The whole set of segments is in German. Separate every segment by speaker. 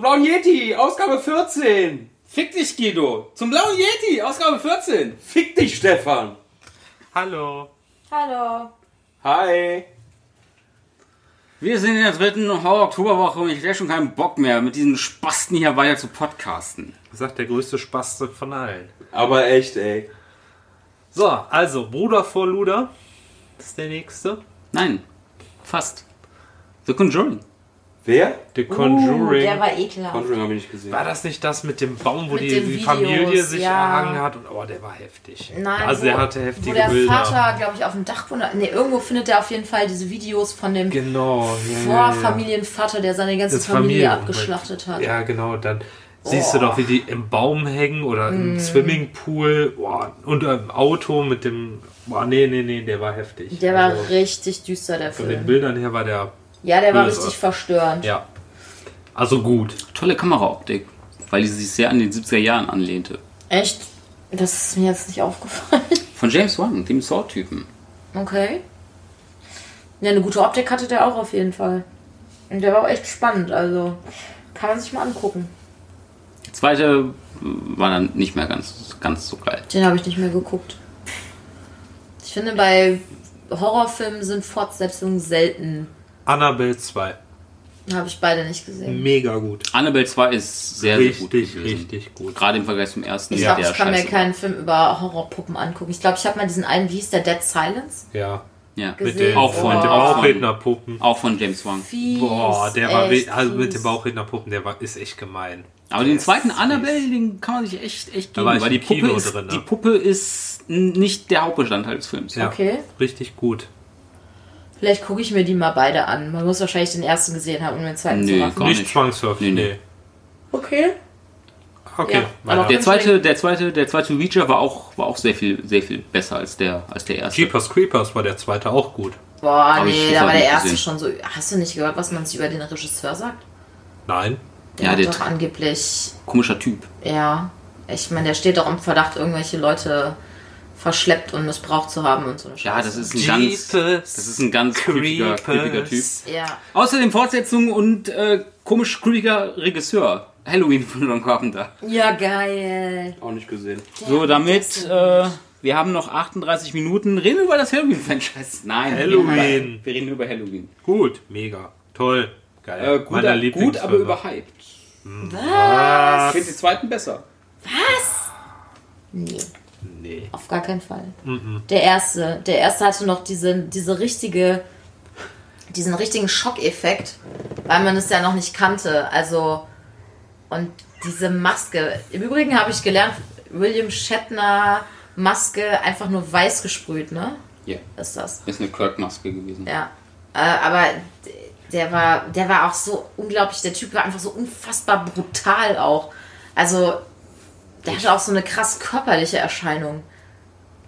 Speaker 1: Blauen Yeti, Ausgabe 14.
Speaker 2: Fick dich, Guido. Zum blauen Yeti, Ausgabe 14.
Speaker 1: Fick dich, Stefan.
Speaker 3: Hallo.
Speaker 4: Hallo.
Speaker 1: Hi.
Speaker 2: Wir sind in der dritten Horror-Oktoberwoche und ich hätte schon keinen Bock mehr, mit diesen Spasten hier weiter zu podcasten.
Speaker 3: Sagt der größte Spaste von allen.
Speaker 1: Aber echt, ey.
Speaker 3: So, also Bruder vor Luder ist der nächste.
Speaker 2: Nein, fast. The Conjuring.
Speaker 1: Wer?
Speaker 3: The
Speaker 4: Uh,
Speaker 3: Conjuring.
Speaker 4: der war ekelhaft.
Speaker 1: Conjuring habe ich nicht gesehen.
Speaker 3: war das nicht das mit dem Baum, wo
Speaker 4: Mit
Speaker 3: die,
Speaker 4: den
Speaker 3: die
Speaker 4: Videos,
Speaker 3: Familie sich
Speaker 4: ja.
Speaker 3: erhangen hat? Und, oh, der war heftig.
Speaker 4: Nein,
Speaker 3: also der hatte heftige
Speaker 4: wo der
Speaker 3: Bilder.
Speaker 4: Vater, glaube ich, auf dem Dach wohnt. Ne, irgendwo findet er auf jeden Fall diese Videos von dem
Speaker 3: genau. ja, ja, ja.
Speaker 4: Vorfamilienvater, der seine ganze
Speaker 3: Das
Speaker 4: Familie,
Speaker 3: Familien-
Speaker 4: abgeschlachtet hat.
Speaker 3: Ja, genau. Dann siehst du doch, wie die im Baum hängen oder
Speaker 4: Mm.
Speaker 3: im Swimmingpool boah, und im Auto mit dem. Boah, nee, nee, nee, der war heftig.
Speaker 4: Der war
Speaker 3: Also,
Speaker 4: richtig düster, der
Speaker 3: Von den
Speaker 4: Film.
Speaker 3: Bildern her war der.
Speaker 4: Ja, der war
Speaker 3: Böse.
Speaker 4: richtig verstörend.
Speaker 3: Ja. Also gut.
Speaker 2: Tolle Kameraoptik, weil die sich sehr an den 70er Jahren anlehnte.
Speaker 4: Echt? Das ist mir jetzt nicht aufgefallen.
Speaker 2: Von James Wan, dem Saw-Typen.
Speaker 4: Okay. Ja, eine gute Optik hatte der auch auf jeden Fall. Und der war auch echt spannend, also kann man sich mal angucken.
Speaker 2: Der zweite äh, war dann nicht mehr ganz, ganz so geil.
Speaker 4: Den habe ich nicht mehr geguckt. Ich finde, bei Horrorfilmen sind Fortsetzungen selten.
Speaker 3: Annabelle 2.
Speaker 4: Habe ich beide nicht
Speaker 2: Mm,
Speaker 4: gesehen.
Speaker 3: Mega gut.
Speaker 2: Annabelle 2 ist sehr, sehr gut
Speaker 3: Richtig,
Speaker 2: gewesen.
Speaker 3: richtig gut.
Speaker 2: Gerade im Vergleich zum ersten.
Speaker 4: Ich
Speaker 2: der
Speaker 4: glaube, ich kann mir
Speaker 2: scheiße war.
Speaker 4: keinen Film über Horrorpuppen angucken. Ich glaube, ich habe mal diesen einen, wie hieß der, Dead Silence?
Speaker 3: Ja.
Speaker 2: Ja.
Speaker 4: Gesehen.
Speaker 3: Mit den,
Speaker 2: Auch von-
Speaker 3: mit den
Speaker 2: auch von-
Speaker 3: Bauchrednerpuppen.
Speaker 2: Auch von James Wan.
Speaker 4: Fies,
Speaker 3: Boah, der war
Speaker 4: echt
Speaker 3: we- also
Speaker 2: halt
Speaker 3: mit den
Speaker 4: fies.
Speaker 3: Bauchrednerpuppen, der war ist echt gemein.
Speaker 2: Aber den
Speaker 3: Das
Speaker 2: zweiten
Speaker 3: ist
Speaker 2: Annabelle,
Speaker 3: fies.
Speaker 2: den kann man sich echt, echt
Speaker 3: Da
Speaker 2: geben,
Speaker 3: war ich
Speaker 2: weil die
Speaker 3: im
Speaker 2: Puppe,
Speaker 3: Kino
Speaker 2: ist,
Speaker 3: drin, ne?
Speaker 2: die Puppe ist nicht der Hauptbestandteil des Films.
Speaker 3: Ja,
Speaker 4: Okay.
Speaker 3: Richtig gut.
Speaker 4: Vielleicht gucke ich mir die mal beide an. Man muss wahrscheinlich den ersten gesehen haben, um den zweiten
Speaker 2: Nö,
Speaker 4: zu machen.
Speaker 2: Gar
Speaker 3: Nicht
Speaker 2: nicht.
Speaker 3: zwangsläufig.
Speaker 2: Nee, nee.
Speaker 3: Nee.
Speaker 4: Okay.
Speaker 3: Okay,
Speaker 4: Ja,
Speaker 3: weiter.
Speaker 4: aber-
Speaker 2: Der zweite, der zweite, der zweite Reacher war auch, war auch sehr viel, sehr viel besser als der, als der erste.
Speaker 3: Jeepers Creepers war der zweite auch gut.
Speaker 4: Boah,
Speaker 2: Hab ich
Speaker 4: nee,
Speaker 2: das
Speaker 4: da
Speaker 2: hab
Speaker 4: war
Speaker 2: ich
Speaker 4: der erste
Speaker 2: gesehen.
Speaker 4: schon so. Hast du nicht gehört, was man sich über den Regisseur sagt?
Speaker 3: Nein.
Speaker 4: Der
Speaker 2: Ja,
Speaker 4: hat
Speaker 2: der
Speaker 4: doch
Speaker 2: Tra-
Speaker 4: angeblich,
Speaker 2: Komischer Typ.
Speaker 4: ja. Ich meine, der steht doch im Verdacht, irgendwelche Leute verschleppt und missbraucht zu haben und so. eine
Speaker 2: Ja,
Speaker 4: Scheiße.
Speaker 2: das ist ein ganz, das ist ein ganz creepiger, creepiger Typ.
Speaker 4: Ja.
Speaker 2: Außerdem Fortsetzung und äh, komisch creepiger Regisseur. Halloween von John Carpenter.
Speaker 4: Ja, geil.
Speaker 1: Auch nicht gesehen.
Speaker 2: So, damit, äh, wir haben noch 38 Minuten. Reden wir über das Halloween-Franchise. Nein, wir reden
Speaker 3: Halloween.
Speaker 2: über- wir reden über Halloween.
Speaker 3: Gut, mega, toll, geil.
Speaker 2: Äh, gut,
Speaker 3: Meiner
Speaker 2: gut, aber
Speaker 3: Lieblingsfilme.
Speaker 2: überhyped.
Speaker 4: Was?
Speaker 2: Ich finde den zweiten besser.
Speaker 4: Nee.
Speaker 3: Nee.
Speaker 4: Auf gar keinen Fall.
Speaker 2: Mhm.
Speaker 4: Der erste. Der erste hatte noch diese, diese richtige, diesen richtigen Schockeffekt, weil man es ja noch nicht kannte. Also, und diese Maske. Im Übrigen habe ich gelernt, William Shatner Maske einfach nur weiß gesprüht, ne?
Speaker 2: Ja,
Speaker 4: Ist das.
Speaker 2: ist eine Kirk-Maske gewesen.
Speaker 4: Ja. Äh, aber d- der war, der war auch so unglaublich, der Typ war einfach so unfassbar brutal auch. Also, der hatte auch so eine krass körperliche Erscheinung.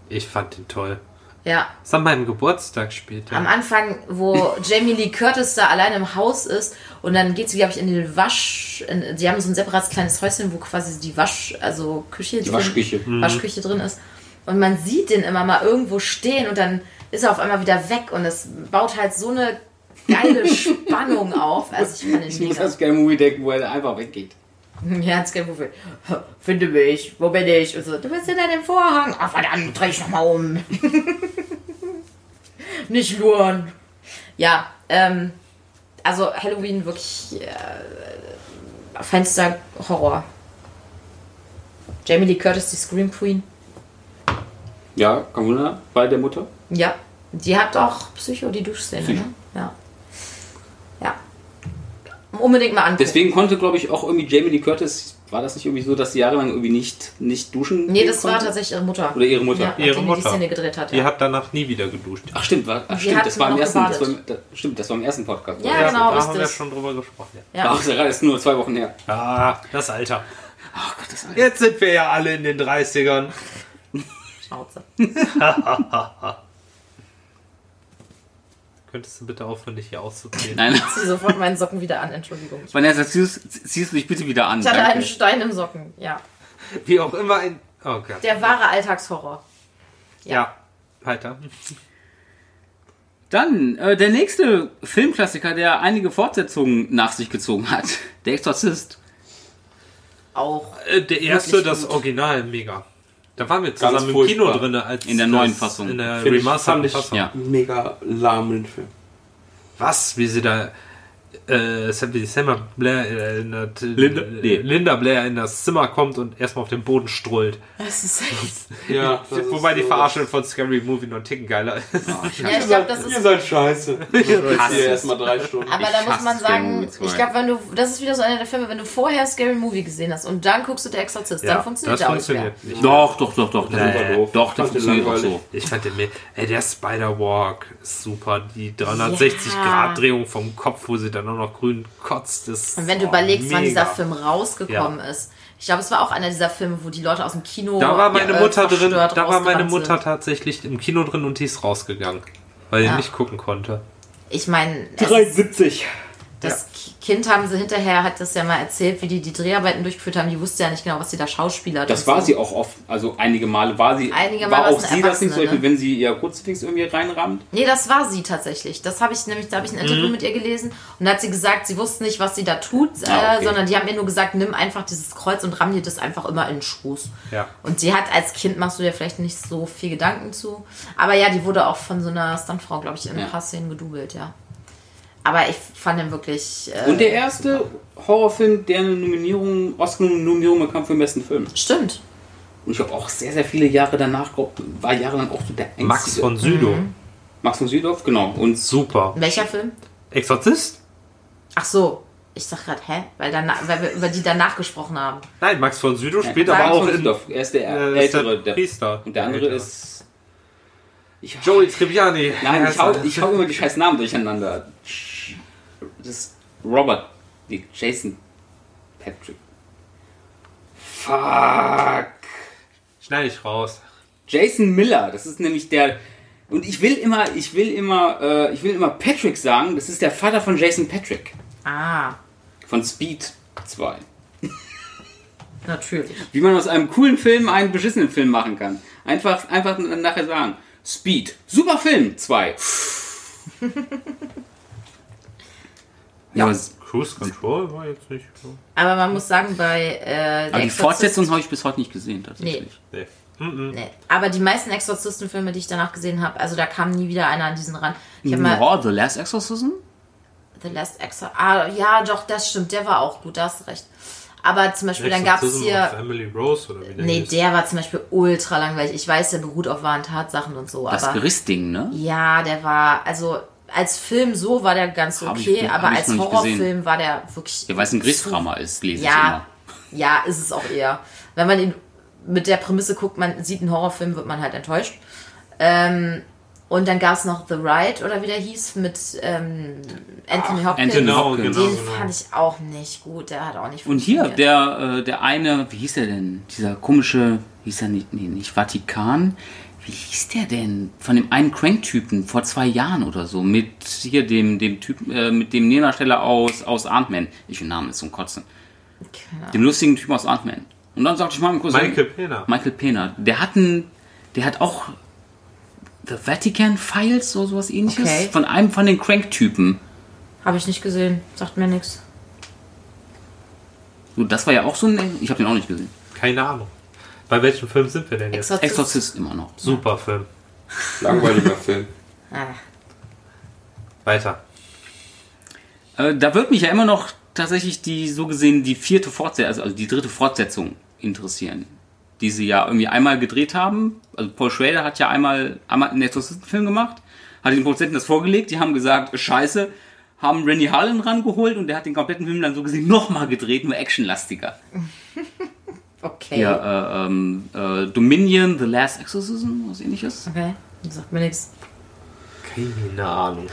Speaker 3: Ich fand ihn toll.
Speaker 4: Ja.
Speaker 3: Ist an meinem Geburtstag später.
Speaker 4: Am Anfang, wo Jamie Lee Curtis da allein im Haus ist und dann geht sie, glaube ich, in den Wasch. In, die haben so ein separates kleines Häuschen, wo quasi die Wasch, also Küche
Speaker 2: Die
Speaker 4: drin,
Speaker 2: Waschküche.
Speaker 4: Waschküche drin ist. Und man sieht den immer mal irgendwo stehen und dann ist er auf einmal wieder weg und es baut halt so eine geile Spannung auf. Also ich fand
Speaker 2: Ich
Speaker 4: den
Speaker 2: muss
Speaker 4: mega.
Speaker 2: das Game Movie denken, wo er einfach weggeht.
Speaker 4: Ja, jetzt geht wofür. Finde mich, wo bin ich? Und so, du bist hinter dem Vorhang. Ah, verdammt, dreh ich nochmal um. Nicht luren. Ja, ähm, also Halloween wirklich äh, feinster Horror. Jamie Lee Curtis, die Scream Queen.
Speaker 2: Ja, kein Wunder, bei der Mutter.
Speaker 4: Ja, die hat auch Psycho, die Duschszene,
Speaker 2: Psycho.
Speaker 4: ne? Ja. Ja. Unbedingt mal angucken.
Speaker 2: Deswegen konnte, glaube ich, auch irgendwie Jamie Lee Curtis, war das nicht irgendwie so, dass sie jahrelang irgendwie nicht, nicht duschen
Speaker 4: nee,
Speaker 2: gehen
Speaker 4: das war
Speaker 2: konnte?
Speaker 4: tatsächlich ihre Mutter.
Speaker 2: Oder ihre Mutter.
Speaker 4: Ja,
Speaker 3: Ihre
Speaker 4: die, die
Speaker 3: Mutter.
Speaker 4: die Szene gedreht hat.
Speaker 3: Die hat danach nie wieder geduscht.
Speaker 2: Ach stimmt, war, ach,
Speaker 4: Die
Speaker 2: stimmt,
Speaker 4: hat
Speaker 2: das war, im
Speaker 4: noch
Speaker 2: ersten, das, war, im-
Speaker 4: gebadet.
Speaker 2: da, stimmt das war im ersten Podcast.
Speaker 4: Ja, genau,
Speaker 3: Also da haben
Speaker 4: richtig.
Speaker 3: wir schon drüber gesprochen.
Speaker 4: Ja.
Speaker 2: Ach, das ist nur zwei Wochen her.
Speaker 3: Ah, das Alter.
Speaker 2: Ach Gott, das ist
Speaker 3: Jetzt sind wir ja alle in den 30ern.
Speaker 4: Schnauze.
Speaker 3: Könntest du bitte aufhören, dich hier auszuzählen?
Speaker 2: Nein,
Speaker 4: zieh sofort meinen Socken wieder an, Entschuldigung. Ich
Speaker 2: Vanessa, ziehst, ziehst du dich bitte wieder an.
Speaker 4: hatte einen
Speaker 2: Danke.
Speaker 4: Stein im Socken, ja.
Speaker 3: Wie auch immer ein. Oh Gott.
Speaker 4: Der wahre Alltagshorror.
Speaker 3: ja. Weiter.
Speaker 2: Dann äh, der nächste Filmklassiker, der einige Fortsetzungen nach sich gezogen hat. Der Exorzist.
Speaker 4: auch.
Speaker 3: Äh, der erste,
Speaker 4: Wirklich
Speaker 3: das
Speaker 4: gut.
Speaker 3: Original, mega. Da waren wir
Speaker 1: Ganz
Speaker 3: zusammen im
Speaker 1: furchtbar.
Speaker 3: Kino drin. Als
Speaker 2: In der
Speaker 3: das-
Speaker 2: neuen Fassung.
Speaker 3: In der
Speaker 1: Finde ich- fand
Speaker 3: remastered
Speaker 1: ich-
Speaker 3: Fassung.
Speaker 2: Ja.
Speaker 1: Mega lahm den Film.
Speaker 3: Was, wie sie da äh, Sam- wie Selma Blair äh, in der,
Speaker 2: Linda- nee.
Speaker 3: Linda Blair in das Zimmer kommt und erstmal auf den Boden strollt.
Speaker 4: Das ist echt.
Speaker 1: Ja, das ist
Speaker 3: Wobei die
Speaker 1: so-
Speaker 3: Verarsche von Scary Movie noch einen Ticken geiler ist.
Speaker 4: Ja, ich glaube, das ist
Speaker 1: Ihr seid scheiße. Ich hasse
Speaker 2: hasse
Speaker 1: hier
Speaker 2: es.
Speaker 1: erstmal drei Stunden.
Speaker 4: Aber
Speaker 2: Ich
Speaker 4: da muss
Speaker 2: hasse
Speaker 4: man
Speaker 2: Scary
Speaker 4: sagen,
Speaker 2: Movie 2.
Speaker 4: ich glaube, wenn du, das ist wieder so einer der Filme, wenn du vorher Scary Movie gesehen hast und dann guckst du Der Exorzist, dann
Speaker 3: das
Speaker 4: funktioniert der auch nicht mehr.
Speaker 3: funktioniert nicht.
Speaker 2: Doch, doch, doch, doch.
Speaker 1: Nee.
Speaker 2: Der, Doch, der
Speaker 1: Fand den
Speaker 2: funktioniert auch so.
Speaker 1: langweilig.
Speaker 3: Ich fand den mehr. Ey, der Spider-Walk ist super. Die 360-Grad-Drehung vom Kopf, wo sie dann nur noch grün kotzt, ist.
Speaker 4: Und wenn du
Speaker 3: oh,
Speaker 4: überlegst, wann
Speaker 3: mega.
Speaker 4: dieser Film rausgekommen ist. Ich glaube, es war auch einer dieser Filme, wo die Leute aus dem Kino.
Speaker 3: Da war meine
Speaker 4: äh,
Speaker 3: Mutter drin,
Speaker 4: verstört
Speaker 3: da war meine
Speaker 4: rausgerannt
Speaker 3: Mutter
Speaker 4: sind.
Speaker 3: tatsächlich im Kino drin und die ist rausgegangen, weil sie
Speaker 4: Ja.
Speaker 3: nicht gucken konnte.
Speaker 4: Ich meine, es-
Speaker 1: 73.
Speaker 4: das Ki- Kind haben sie hinterher, hat das ja mal erzählt, wie die die Dreharbeiten durchgeführt haben. Die wusste ja nicht genau, was sie da schauspielert.
Speaker 2: Das
Speaker 4: und
Speaker 2: war
Speaker 4: so.
Speaker 2: sie auch oft, also einige Male war sie,
Speaker 4: Einige Male
Speaker 2: war
Speaker 4: war
Speaker 2: auch
Speaker 4: es
Speaker 2: sie
Speaker 4: eine
Speaker 2: das nicht so,
Speaker 4: Erwachsene, ne?
Speaker 2: wenn sie ihr Kurzfix irgendwie reinrammt.
Speaker 4: Nee, das war sie tatsächlich. Das habe ich nämlich, da habe ich ein
Speaker 2: Mhm.
Speaker 4: Interview mit ihr gelesen und da hat sie gesagt, sie wusste nicht, was sie da tut,
Speaker 2: Ah, okay.
Speaker 4: äh, sondern die haben ihr nur gesagt, nimm einfach dieses Kreuz und ramm dir das einfach immer in den Schoß.
Speaker 3: Ja.
Speaker 4: Und sie hat als Kind machst du dir vielleicht nicht so viel Gedanken zu. Aber ja, die wurde auch von so einer Stuntfrau, glaube ich, in ein
Speaker 2: Ja.
Speaker 4: paar Szenen gedoubelt, ja. Aber ich fand den wirklich. Äh,
Speaker 2: Und der erste Horrorfilm, der eine Nominierung, Oscar-Nominierung bekam für den besten Film.
Speaker 4: stimmt.
Speaker 2: Und ich habe auch sehr, sehr viele Jahre danach, glaub, war Jahre dann auch so der einzige.
Speaker 3: Max von Südow,
Speaker 4: Mhm.
Speaker 2: Max von Südorf, genau. Und
Speaker 3: super.
Speaker 4: Welcher Film?
Speaker 3: Exorzist?
Speaker 4: Ach so. Ich sag gerade, hä? Weil, danach, weil wir über die danach gesprochen haben.
Speaker 3: Nein, Max von Südow spielt
Speaker 2: Max
Speaker 3: aber auch
Speaker 2: von
Speaker 3: in
Speaker 2: Südorf. Er ist der
Speaker 3: äh, ist
Speaker 2: ältere.
Speaker 3: der
Speaker 2: Der
Speaker 3: Priester.
Speaker 2: und der andere
Speaker 3: Ältere.
Speaker 2: ist. Ich,
Speaker 3: Joey Tribbiani.
Speaker 2: Nein, ich hau,
Speaker 3: habe
Speaker 2: ich hau immer die scheiß Namen durcheinander. Das ist Robert. Nee, Jason Patrick. Fuck.
Speaker 3: Schneide ich raus.
Speaker 2: Jason Miller, das ist nämlich der. Und ich will immer, ich will immer, äh, ich will immer Patrick sagen, das ist der Vater von Jason Patrick.
Speaker 4: Ah,
Speaker 2: Von Speed 2.
Speaker 4: natürlich.
Speaker 2: Wie man aus einem coolen Film einen beschissenen Film machen kann. Einfach, einfach nachher sagen. Speed. Super Film 2. ja, aber
Speaker 3: Cruise Control war jetzt nicht so.
Speaker 4: Aber man muss sagen, bei
Speaker 2: Aber
Speaker 4: äh, der
Speaker 2: die
Speaker 4: Exorzist-
Speaker 2: Fortsetzung habe ich bis heute nicht gesehen, tatsächlich.
Speaker 3: Nee. mhm.
Speaker 4: Nee. Aber die meisten Exorzistenfilme, die ich danach gesehen habe, also da kam nie wieder einer an diesen ran. Ich habe mal
Speaker 2: The Last Exorcism?
Speaker 4: The Last Exorcist. Ah, ja, doch, das stimmt. Der war auch gut, da hast du recht. Aber
Speaker 2: Also
Speaker 4: zum Beispiel, dann gab es
Speaker 3: Exorcism of
Speaker 4: hier.
Speaker 3: Emily Rose oder wie der
Speaker 4: Nee,
Speaker 3: hieß.
Speaker 4: der war zum Beispiel ultra langweilig. Ich weiß, der beruht auf wahren Tatsachen und so.
Speaker 2: Das
Speaker 4: aber
Speaker 2: Gerissding, ne?
Speaker 4: ja, der war, also als Film so war der ganz
Speaker 2: Hab ich-
Speaker 4: okay,
Speaker 2: hab
Speaker 4: aber
Speaker 2: ich noch
Speaker 4: als
Speaker 2: nicht
Speaker 4: Horrorfilm
Speaker 2: gesehen.
Speaker 4: war der wirklich.
Speaker 2: Ja, weil es ein Gerissdrama ist, lese
Speaker 4: Ja, ja, ist es auch eher. Wenn man ihn mit der Prämisse guckt, man sieht einen Horrorfilm, wird man halt enttäuscht. Ähm, und dann gab es noch The Ride oder wie der hieß mit ähm, Anthony Hopkins.
Speaker 2: Anthony
Speaker 3: Genau,
Speaker 2: Hopkins.
Speaker 3: genau,
Speaker 4: Den
Speaker 3: genau.
Speaker 4: fand ich auch nicht gut. Der hat auch nicht
Speaker 2: Und hier,
Speaker 4: funktioniert.
Speaker 2: der, äh, der eine, wie hieß der denn? Dieser komische, hieß er nicht, nee, nicht Vatikan. Wie hieß der denn? Von dem einen Crank-Typen vor zwei Jahren oder so. Mit hier dem, dem Typen, äh, mit dem Nebendarsteller aus, aus Ant-Man. Ich den Namen ist zum Kotzen.
Speaker 4: Keine
Speaker 2: Dem lustigen Typen aus Ant-Man. Und dann sagte ich meinem Cousin.
Speaker 3: Michael Pena.
Speaker 2: Michael Pena. Der hat einen, der hat auch The Vatican Files oder sowas ähnliches.
Speaker 4: Okay.
Speaker 2: Von einem von den Crank-Typen.
Speaker 4: Habe ich nicht gesehen. Sagt mir nichts.
Speaker 2: So, das war ja auch so ein, ich habe den auch nicht gesehen.
Speaker 3: Keine Ahnung. Bei welchem Film sind wir denn jetzt?
Speaker 4: Exorzist.
Speaker 2: Exorzist immer noch.
Speaker 3: Super Film.
Speaker 1: Langweiliger Film.
Speaker 4: Ah,
Speaker 3: Weiter.
Speaker 2: Äh, da wird mich ja immer noch tatsächlich die, so gesehen, die vierte Fortsetzung, also, also die dritte Fortsetzung interessieren. Die sie ja irgendwie einmal gedreht haben. Also Paul Schrader hat ja einmal, einmal einen Exorzistenfilm gemacht, hat den Produzenten das vorgelegt, die haben gesagt, scheiße, haben Randy Harlan rangeholt und der hat den kompletten Film dann so gesehen nochmal gedreht, nur actionlastiger.
Speaker 4: okay.
Speaker 2: Ja, äh, ähm, äh, Dominion, The Last Exorcism, was ähnliches.
Speaker 4: Okay. Sagt mir nichts.
Speaker 3: Keine Ahnung.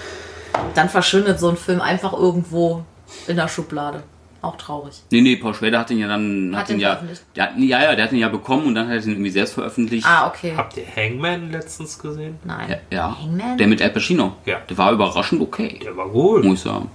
Speaker 4: Dann verschwindet so ein Film einfach irgendwo in der Schublade. Auch traurig.
Speaker 2: Nee, nee, Paul Schrader hat den ja dann, hat,
Speaker 4: Hat
Speaker 2: den
Speaker 4: den
Speaker 2: ja,
Speaker 4: veröffentlicht?
Speaker 2: der hat, ja, ja, der hat den ja bekommen und dann hat er den irgendwie selbst veröffentlicht.
Speaker 4: Ah, okay.
Speaker 3: Habt ihr Hangman letztens gesehen?
Speaker 4: Nein.
Speaker 2: Ja, ja.
Speaker 4: Hangman?
Speaker 2: der mit Al Pacino.
Speaker 3: Ja.
Speaker 2: Der war überraschend okay,
Speaker 3: Der war gut.
Speaker 2: muss ich sagen.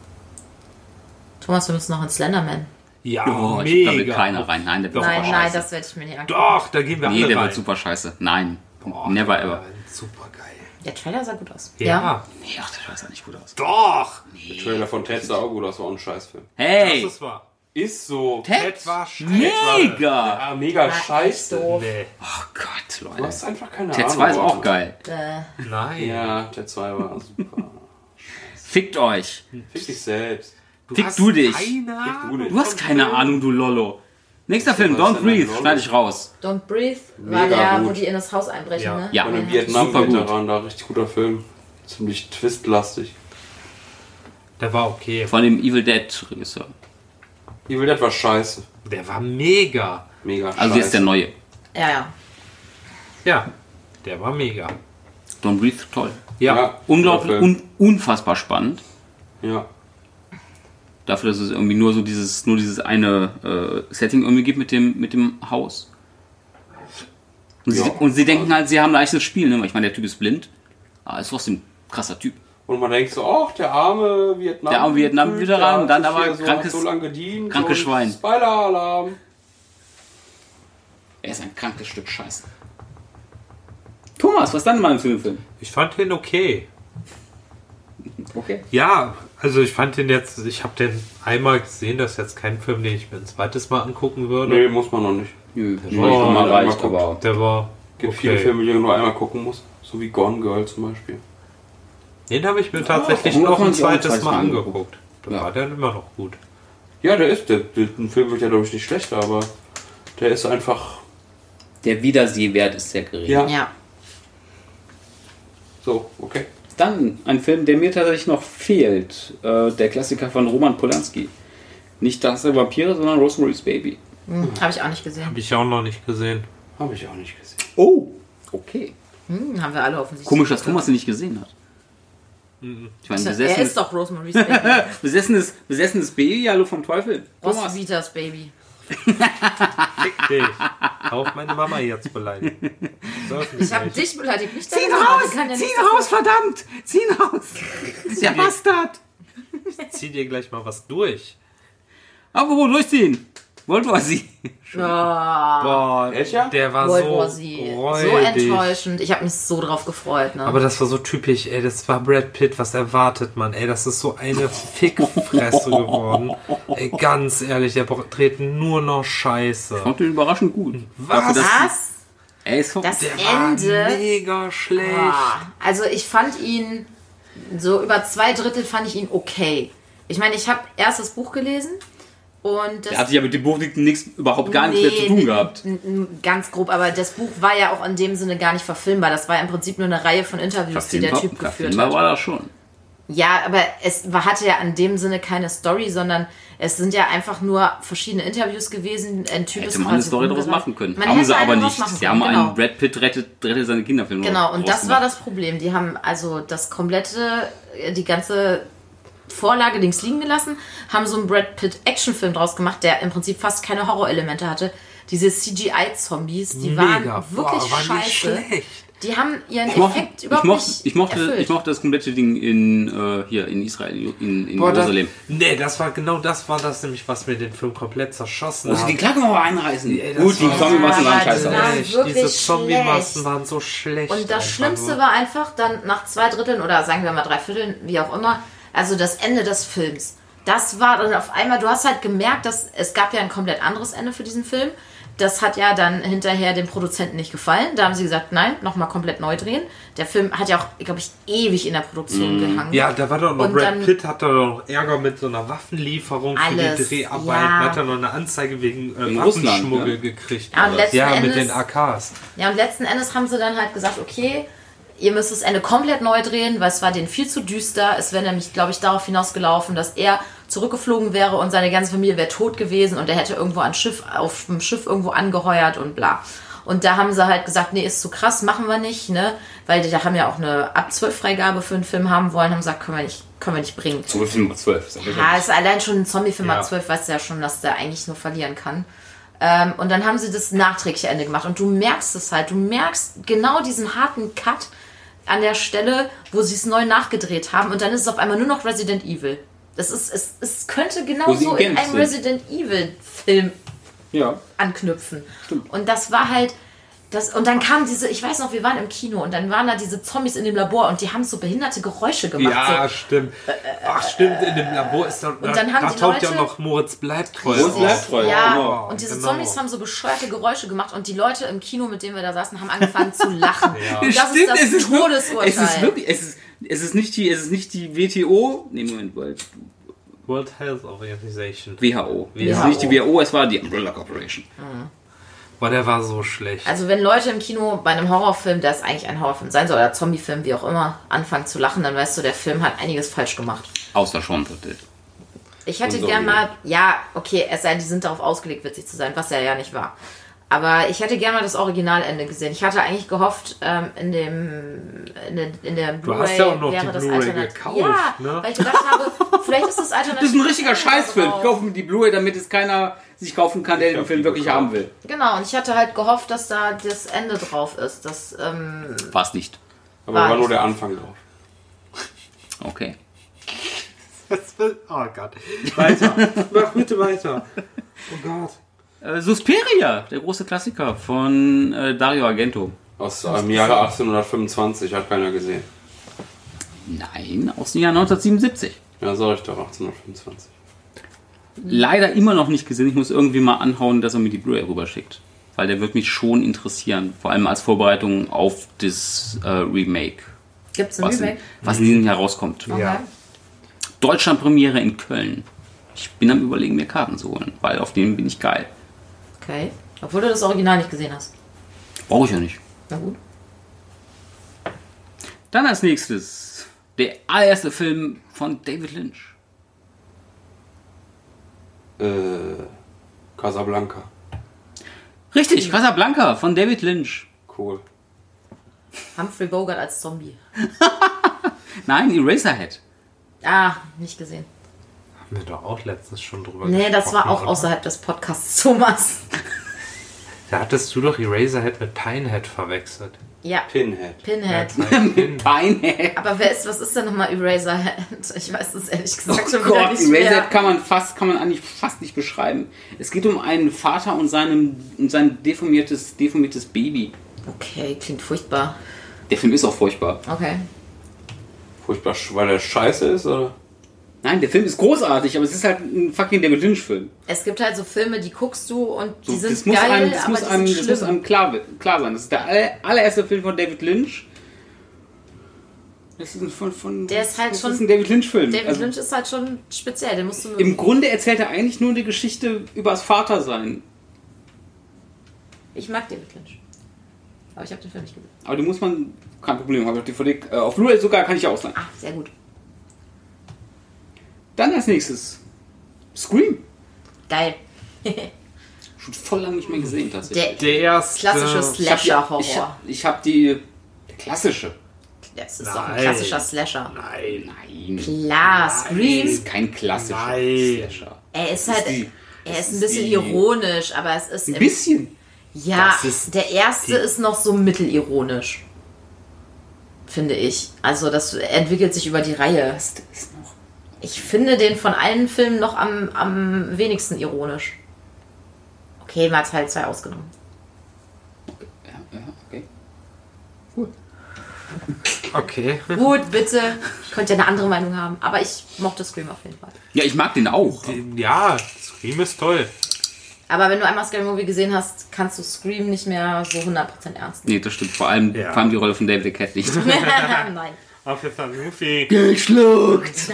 Speaker 4: Thomas, wir müssen noch in Slenderman.
Speaker 3: Ja,
Speaker 2: Oh, ich
Speaker 3: mega.
Speaker 2: glaub, da will keiner rein. Nein, der wird
Speaker 3: Doch.
Speaker 2: super
Speaker 4: Nein, nein,
Speaker 2: oh, scheiße.
Speaker 4: das werde ich mir nicht angucken.
Speaker 3: Doch, da gehen wir
Speaker 2: nee,
Speaker 3: alle
Speaker 2: der
Speaker 3: rein.
Speaker 2: wird super scheiße. Nein.
Speaker 3: Oh,
Speaker 2: Never
Speaker 3: der
Speaker 2: ever.
Speaker 3: wird Super geil.
Speaker 4: Der Trailer sah gut aus.
Speaker 3: Ja.
Speaker 2: Nee, ach, der sah nicht gut aus.
Speaker 3: Doch.
Speaker 1: Der Trailer von Ted sah auch gut aus, war auch ein Scheißfilm.
Speaker 2: Hey!
Speaker 3: Das ist wahr.
Speaker 1: Ist so.
Speaker 2: Ted
Speaker 3: war
Speaker 2: mega!
Speaker 1: Ah, mega
Speaker 4: Ja, echt
Speaker 1: scheiße.
Speaker 4: doof.
Speaker 3: Nee.
Speaker 2: Oh Gott,
Speaker 1: Du
Speaker 2: Leute.
Speaker 1: hast einfach keine
Speaker 2: Ted
Speaker 1: Ahnung.
Speaker 2: 2 ist auch geil.
Speaker 4: Äh,
Speaker 3: Nein.
Speaker 1: Ja, Ted 2 war super.
Speaker 2: Fickt euch.
Speaker 1: Fick dich selbst.
Speaker 3: Du
Speaker 2: Fick
Speaker 3: hast
Speaker 2: du dich.
Speaker 3: Keine
Speaker 1: du dich.
Speaker 3: Ahnung.
Speaker 2: Du hast keine Ahnung, du Lollo. Nächster Film,
Speaker 1: was
Speaker 2: Don't
Speaker 1: denn ein
Speaker 2: Breathe,
Speaker 1: Lollo?
Speaker 2: schneide ich raus.
Speaker 4: Don't Breathe war
Speaker 1: Mega
Speaker 4: der, wo
Speaker 1: gut.
Speaker 4: die in das Haus einbrechen,
Speaker 3: Ja.
Speaker 4: ne?
Speaker 2: Ja.
Speaker 1: Von
Speaker 2: Von
Speaker 1: einem
Speaker 2: Super gut.
Speaker 1: Vietnam-Veteran da. Richtig guter Film. Ziemlich twistlastig.
Speaker 3: Der war okay.
Speaker 2: Von dem Evil Dead Regisseur.
Speaker 1: Evil Dead war scheiße.
Speaker 3: Der war mega.
Speaker 1: Mega
Speaker 2: Also
Speaker 1: scheiße.
Speaker 2: jetzt der neue.
Speaker 4: Ja, ja.
Speaker 3: Ja, der war mega.
Speaker 2: Don't Breathe, toll.
Speaker 3: Ja.
Speaker 2: Unglaublich,
Speaker 1: guter Film.
Speaker 2: un unfassbar spannend.
Speaker 1: ja.
Speaker 2: Dafür, dass es irgendwie nur so dieses, nur dieses eine äh, Setting irgendwie gibt mit dem, mit dem Haus. Und, sie,
Speaker 1: Ja.
Speaker 2: und sie denken halt, sie haben ein leichtes Spiel, ne? Weil ich meine, der Typ ist blind. Aber ist trotzdem ein krasser Typ.
Speaker 1: Und man denkt so, ach, der arme Vietnam.
Speaker 2: Der arme Vietnam-
Speaker 1: Typ,
Speaker 2: wieder
Speaker 1: der
Speaker 2: rein
Speaker 1: hat
Speaker 2: und dann
Speaker 1: sich
Speaker 2: aber
Speaker 1: hier so,
Speaker 2: krankes-
Speaker 1: hat so lang gedient
Speaker 2: krankes
Speaker 1: und
Speaker 2: Schwein.
Speaker 1: Spoiler-Alarm.
Speaker 2: Er ist ein krankes Stück Scheiße. Thomas, was dann in meinem Filmfilm?
Speaker 3: Ich fand den okay.
Speaker 2: Okay.
Speaker 3: Ja, also ich fand den jetzt, ich habe den einmal gesehen, das ist jetzt kein Film, den ich mir ein zweites Mal angucken würde.
Speaker 1: Nee, muss man noch nicht.
Speaker 2: Nö, das
Speaker 1: war
Speaker 2: war mal
Speaker 1: mal
Speaker 2: reicht,
Speaker 1: gucken.
Speaker 2: aber.
Speaker 3: Der war
Speaker 1: gibt viele
Speaker 3: okay.
Speaker 1: Filme, die man nur einmal gucken muss. So wie Gone Girl zum Beispiel.
Speaker 3: Den habe ich mir tatsächlich
Speaker 2: den
Speaker 3: noch
Speaker 2: kann
Speaker 3: ein
Speaker 2: ich auch ein
Speaker 3: zweites
Speaker 2: zweites
Speaker 3: Mal
Speaker 2: Mal
Speaker 3: angeguckt. Da
Speaker 2: Ja.
Speaker 3: war der immer noch gut.
Speaker 1: Ja, der ist. Der, der, der Film wird ja, glaube ich, nicht schlechter, aber der ist einfach
Speaker 2: Der Wiedersehwert ist sehr gering.
Speaker 1: Ja.
Speaker 4: Ja.
Speaker 1: so, okay.
Speaker 2: Dann ein Film, der mir tatsächlich noch fehlt. Äh, der Klassiker von Roman Polanski. Nicht das der Vampire, sondern Rosemary's Baby.
Speaker 4: Hm, habe ich auch nicht gesehen.
Speaker 3: Habe ich auch noch nicht gesehen.
Speaker 1: Habe ich auch nicht gesehen.
Speaker 2: Oh, okay.
Speaker 4: Hm, haben wir alle offensichtlich.
Speaker 2: Komisch, dass Thomas ihn nicht gesehen hat. Ich meine,
Speaker 4: Äh, Er
Speaker 2: besessenes,
Speaker 4: ist doch Rosemary's Baby.
Speaker 2: besessenes, besessenes Baby, hallo vom Teufel.
Speaker 4: Ross Vitas Baby.
Speaker 3: Fick dich. Auch meine Mama jetzt beleidigen.
Speaker 4: Ich habe dich beleidigt, nicht
Speaker 2: Zieh ihn raus! Zieh ihn raus, verdammt! Zieh ihn raus! Der Bastard!
Speaker 3: Zieh dir gleich mal was durch.
Speaker 2: Apropos durchziehen! Wollt ihr sie?
Speaker 4: Ja.
Speaker 3: Boah,
Speaker 1: Echer?
Speaker 3: der war
Speaker 4: World
Speaker 3: so
Speaker 4: War Z. So
Speaker 3: räudig.
Speaker 4: enttäuschend. Ich habe mich so drauf gefreut. Ne?
Speaker 3: Aber das war so typisch, ey, das war Brad Pitt, was erwartet man, ey, das ist so eine Fickfresse geworden. Ey, ganz ehrlich, der bra- dreht nur noch Scheiße.
Speaker 2: Kommt überraschend gut.
Speaker 3: Was?
Speaker 4: das,
Speaker 2: Er ist vom
Speaker 4: das
Speaker 3: Der war
Speaker 4: Ende.
Speaker 3: mega schlecht.
Speaker 4: Ah, also ich fand ihn, so über zwei Drittel fand ich ihn okay. Ich meine, ich habe erst das Buch gelesen und das
Speaker 2: Er hat sich ja mit dem Buchdicken nichts überhaupt gar nichts mehr zu tun
Speaker 4: nee,
Speaker 2: gehabt.
Speaker 4: n- n- Ganz grob, aber das Buch war ja auch in dem Sinne gar nicht verfilmbar. Das war im Prinzip nur eine Reihe von Interviews, die der Typ geführt
Speaker 2: Verfilmbar
Speaker 4: hat.
Speaker 2: war das schon.
Speaker 4: Ja, aber es war, hatte ja in dem Sinne keine Story, sondern es sind ja einfach nur verschiedene Interviews gewesen. Ein Typ ist
Speaker 2: Hätte man eine
Speaker 4: quasi
Speaker 2: Story daraus
Speaker 4: rumgerannt.
Speaker 2: machen können.
Speaker 4: Man
Speaker 2: haben
Speaker 4: hätte
Speaker 2: sie aber
Speaker 4: eine draus
Speaker 2: nicht.
Speaker 4: machen
Speaker 2: Sie haben
Speaker 4: können,
Speaker 2: einen Brad Pitt rettet, rettet seine Kinderfilm.
Speaker 4: Genau, und
Speaker 2: draus
Speaker 4: das war
Speaker 2: gemacht.
Speaker 4: das Problem. Die haben also das komplette, äh, die ganze Vorlage links liegen gelassen, haben so einen Brad Pitt Actionfilm draus gemacht, der im Prinzip fast keine Horrorelemente hatte. Diese CGI-Zombies, die waren
Speaker 3: Mega.
Speaker 4: wirklich
Speaker 3: Boah, waren die
Speaker 4: scheiße.
Speaker 3: schlecht.
Speaker 4: Die haben ihren
Speaker 2: Ich mochte,
Speaker 4: Effekt
Speaker 2: ich,
Speaker 4: überhaupt
Speaker 2: mochte,
Speaker 4: nicht
Speaker 2: ich, mochte,
Speaker 4: erfüllt.
Speaker 2: ich mochte das komplette Ding in, äh, hier in Israel, in, in
Speaker 3: Boah, das,
Speaker 2: Jerusalem.
Speaker 3: nee, das war genau das war das nämlich, was mir den Film komplett zerschossen
Speaker 2: Muss ich
Speaker 3: hat.
Speaker 2: Also die Klappe mal einreißen?
Speaker 3: Ey, das
Speaker 2: Gut, die
Speaker 3: war-
Speaker 2: Zombie-Massen waren
Speaker 4: Ja,
Speaker 2: scheiße.
Speaker 4: das war-
Speaker 3: Schlecht.
Speaker 4: wirklich
Speaker 3: Diese Zombie-Massen
Speaker 4: schlecht.
Speaker 3: waren so schlecht.
Speaker 4: Und das
Speaker 3: einfach
Speaker 4: Schlimmste
Speaker 3: nur.
Speaker 4: war einfach dann nach zwei Dritteln oder sagen wir mal drei Vierteln, wie auch immer, also das Ende des Films. Das war dann auf einmal, du hast halt gemerkt, dass es gab ja ein komplett anderes Ende für diesen Film. Das hat ja dann hinterher dem Produzenten nicht gefallen. Da haben sie gesagt, nein, nochmal komplett neu drehen. Der Film hat ja auch, glaube ich, ewig in der Produktion gehangen.
Speaker 3: Mhm. Ja, da war doch noch
Speaker 4: Und
Speaker 3: Brad
Speaker 4: dann-
Speaker 3: Pitt, hat da doch noch Ärger mit so einer Waffenlieferung für
Speaker 4: Alles,
Speaker 3: die Dreharbeiten.
Speaker 4: ja.
Speaker 3: Hat er noch eine Anzeige wegen äh,
Speaker 2: Wegen
Speaker 3: Waffenschmuggel
Speaker 2: Russland, ne?
Speaker 3: gekriegt.
Speaker 4: Ja, und
Speaker 3: oder?
Speaker 4: letzten
Speaker 3: ja mit
Speaker 4: Endes-
Speaker 3: den AKs.
Speaker 4: Ja, und letzten Endes haben sie dann halt gesagt, okay, ihr müsst das Ende komplett neu drehen, weil es war denen viel zu düster. Es wäre nämlich, glaube ich, darauf hinausgelaufen, dass er zurückgeflogen wäre und seine ganze Familie wäre tot gewesen und er hätte irgendwo ein Schiff, auf dem Schiff irgendwo angeheuert und bla. Und da haben sie halt gesagt, nee, ist zu krass, machen wir nicht, ne? Weil die da haben ja auch eine ab 12 Freigabe für einen Film haben wollen, haben gesagt, können wir nicht, können wir nicht bringen.
Speaker 2: 12 Nummer 12.
Speaker 4: Ja, ist allein schon ein Zombie-Film
Speaker 3: Ja.
Speaker 4: ab 12, weißt du ja schon, dass der eigentlich nur verlieren kann. Ähm, und dann haben sie das nachträgliche Ende gemacht und du merkst es halt. Du merkst genau diesen harten Cut an der Stelle, wo sie es neu nachgedreht haben und dann ist es auf einmal nur noch Resident Evil. Das ist, es, es könnte
Speaker 2: Wo sie
Speaker 4: genauso
Speaker 2: in
Speaker 4: in
Speaker 2: Genf
Speaker 4: einem
Speaker 2: sind.
Speaker 4: Resident Evil-Film
Speaker 2: Ja.
Speaker 4: anknüpfen. Und das war halt, Das, und dann kam diese, ich weiß noch, wir waren im Kino und dann waren da diese Zombies in dem Labor und die haben so behinderte Geräusche gemacht.
Speaker 3: Ja,
Speaker 4: so.
Speaker 3: stimmt. Ach, stimmt, in dem Labor ist da, da,
Speaker 4: dann haben
Speaker 3: da
Speaker 4: die
Speaker 3: taucht ja
Speaker 4: Leute-
Speaker 3: noch Moritz bleibt treu.
Speaker 1: Moritz
Speaker 3: auf.
Speaker 1: bleibt treu.
Speaker 4: Ja,
Speaker 1: genau.
Speaker 4: und diese
Speaker 3: Genau.
Speaker 4: Zombies haben so bescheuerte Geräusche gemacht und die Leute im Kino, mit denen wir da saßen, haben angefangen zu lachen. Und Das ist das Todesurteil.
Speaker 2: wirklich, es ist wirklich, es ist, es ist nicht die, es ist nicht die WTO, nee, Moment, World-
Speaker 3: World Health Organization.
Speaker 2: WHO. Es ist
Speaker 4: WHO.
Speaker 2: nicht die WHO, es war die Umbrella Corporation.
Speaker 3: Boah, der war so schlecht.
Speaker 4: Also wenn Leute im Kino bei einem Horrorfilm, der es eigentlich ein Horrorfilm sein soll, oder Zombiefilm, wie auch immer, anfangen zu lachen, dann weißt du, der Film hat einiges falsch gemacht.
Speaker 2: Außer Sean Pottet.
Speaker 4: Ich hätte
Speaker 1: Und so
Speaker 4: gern
Speaker 1: wieder.
Speaker 4: mal, ja, okay, es sei denn, die sind darauf ausgelegt, witzig zu sein, was er ja nicht war. Aber ich hätte gern mal das Originalende gesehen. Ich hatte eigentlich gehofft, ähm, in dem in der, in der Blu-ray
Speaker 3: hast ja auch noch
Speaker 4: wäre
Speaker 3: die
Speaker 4: das
Speaker 3: Blu-ray
Speaker 4: Alternat-
Speaker 3: gekauft,
Speaker 4: Ja,
Speaker 3: ne?
Speaker 4: weil ich gedacht habe, vielleicht ist das Alternativ.
Speaker 2: Das ist ein richtiger Scheißfilm.
Speaker 4: drauf.
Speaker 2: Kaufen die Blu-ray, damit es keiner sich kaufen kann, der den
Speaker 1: hab
Speaker 2: Film
Speaker 1: die
Speaker 2: wirklich
Speaker 1: gekauft.
Speaker 2: haben will.
Speaker 4: Genau, und ich hatte halt gehofft, dass da das Ende drauf ist. Das, ähm,
Speaker 2: War es nicht.
Speaker 1: Aber war nur der Anfang drauf.
Speaker 2: Okay.
Speaker 3: Das will- oh Gott. Weiter. Mach bitte weiter. Oh Gott.
Speaker 2: Äh, Suspiria, der große Klassiker von äh, Dario Argento.
Speaker 1: Aus äh, dem Jahre 1825, hat keiner gesehen.
Speaker 2: Nein, aus dem Jahr 1977.
Speaker 1: Ja, sag ich doch, 1825.
Speaker 2: Leider immer noch nicht gesehen. Ich muss irgendwie mal anhauen, dass er mir die Blu-ray rüberschickt. Weil der wird mich schon interessieren. Vor allem als Vorbereitung auf das äh, Remake.
Speaker 4: gibt es ein
Speaker 2: Was in,
Speaker 4: Remake?
Speaker 2: was in diesem Jahr rauskommt.
Speaker 4: Okay.
Speaker 3: Ja.
Speaker 2: Deutschland-Premiere in Köln. Ich bin am überlegen, mir Karten zu holen, weil auf denen bin ich geil.
Speaker 4: okay. Obwohl du das Original nicht gesehen hast.
Speaker 2: Brauche ich ja nicht.
Speaker 4: Na gut.
Speaker 2: Dann als nächstes der allererste Film von David Lynch.
Speaker 1: Äh, Casablanca.
Speaker 2: Richtig, Casablanca von David Lynch.
Speaker 1: Cool.
Speaker 4: Humphrey Bogart als Zombie.
Speaker 2: Nein, Eraserhead.
Speaker 4: Ah, nicht gesehen.
Speaker 3: Haben wir doch auch letztens schon drüber
Speaker 4: Nee, das war auch
Speaker 3: oder?
Speaker 4: außerhalb des Podcasts Thomas.
Speaker 3: Da hattest du doch Eraserhead mit Pinehead verwechselt.
Speaker 4: Ja,
Speaker 1: Pinhead.
Speaker 4: Pinhead.
Speaker 3: Pinhead.
Speaker 2: Beinhead.
Speaker 4: Aber wer ist, was ist denn nochmal Eraserhead? Ich weiß es ehrlich gesagt schon wieder
Speaker 2: Oh Gott,
Speaker 4: nicht mehr.
Speaker 2: Eraserhead kann man fast, kann man eigentlich fast nicht beschreiben. Es geht um einen Vater und seinem, um sein deformiertes, deformiertes Baby.
Speaker 4: Okay, klingt furchtbar.
Speaker 2: Der Film ist auch furchtbar.
Speaker 4: Okay.
Speaker 1: Furchtbar, sch- weil er scheiße ist, oder?
Speaker 2: Nein, der Film ist großartig, aber es ist halt ein fucking David Lynch-Film.
Speaker 4: Es gibt halt so Filme, die guckst du und die
Speaker 2: So,
Speaker 4: sind
Speaker 2: das muss,
Speaker 4: geil,
Speaker 2: einem, das
Speaker 4: aber
Speaker 2: muss,
Speaker 4: die
Speaker 2: einem,
Speaker 4: sind
Speaker 2: das muss
Speaker 4: schlimm.
Speaker 2: einem klar, wi- klar sein. Das ist der aller, allererste Film von David Lynch. Das ist ein, von, von,
Speaker 4: Der ist halt
Speaker 2: das
Speaker 4: schon-
Speaker 2: ist ein David Lynch-Film.
Speaker 4: David
Speaker 2: Also,
Speaker 4: Lynch ist halt schon speziell, den musst du
Speaker 2: Im Grunde erzählt er eigentlich nur die Geschichte über das Vatersein.
Speaker 4: Ich mag David Lynch. Aber ich habe den Film nicht gesehen.
Speaker 2: Aber die muss man. Kein Problem, habe ich auf DVD. Äh, auf Blu-ray sogar kann ich ja ausleihen.
Speaker 4: Ah, sehr gut.
Speaker 2: Dann als nächstes. Scream.
Speaker 4: Geil.
Speaker 2: Schon voll lange nicht mehr gesehen, tatsächlich.
Speaker 4: Der
Speaker 3: Der erste.
Speaker 4: klassische
Speaker 2: ich habe die, ich
Speaker 4: Slasher-Horror.
Speaker 2: hab, ich hab die. Der klassische.
Speaker 4: Das ist doch ein
Speaker 3: Nein.
Speaker 4: klassischer Slasher.
Speaker 3: Nein.
Speaker 2: Nein.
Speaker 4: Klar,
Speaker 2: Das
Speaker 4: Scream.
Speaker 2: ist kein klassischer
Speaker 3: Nein.
Speaker 2: Slasher.
Speaker 4: Er ist
Speaker 2: Das
Speaker 4: halt.
Speaker 2: ist die-
Speaker 4: Er
Speaker 2: das
Speaker 4: ist ein
Speaker 2: ist
Speaker 4: bisschen
Speaker 2: die-
Speaker 4: ironisch, aber es ist.
Speaker 2: Ein
Speaker 4: im-
Speaker 2: bisschen.
Speaker 4: Ja,
Speaker 3: Das ist
Speaker 4: der erste
Speaker 3: die-
Speaker 4: ist noch so mittelironisch. Finde ich. Also, das entwickelt sich über die Reihe.
Speaker 2: Das ist noch.
Speaker 4: Ich finde den von allen Filmen noch am, am wenigsten ironisch. Okay, mal Teil 2 ausgenommen.
Speaker 2: Ja, ja, okay.
Speaker 3: Okay.
Speaker 4: Gut, bitte. Ich könnte ja eine andere Meinung haben, aber ich mochte Scream auf jeden Fall.
Speaker 2: Ja, ich mag den auch.
Speaker 3: Ja, Scream ist toll.
Speaker 4: Aber wenn du einmal Scary Movie gesehen hast, kannst du Scream nicht mehr so 100% ernst
Speaker 2: Nee, das stimmt. Vor allem,
Speaker 3: Ja.
Speaker 2: vor allem die Rolle von David Cat nicht.
Speaker 4: nehmen. Nein.
Speaker 3: Auf jeden Fall Goofy.
Speaker 2: Geschluckt!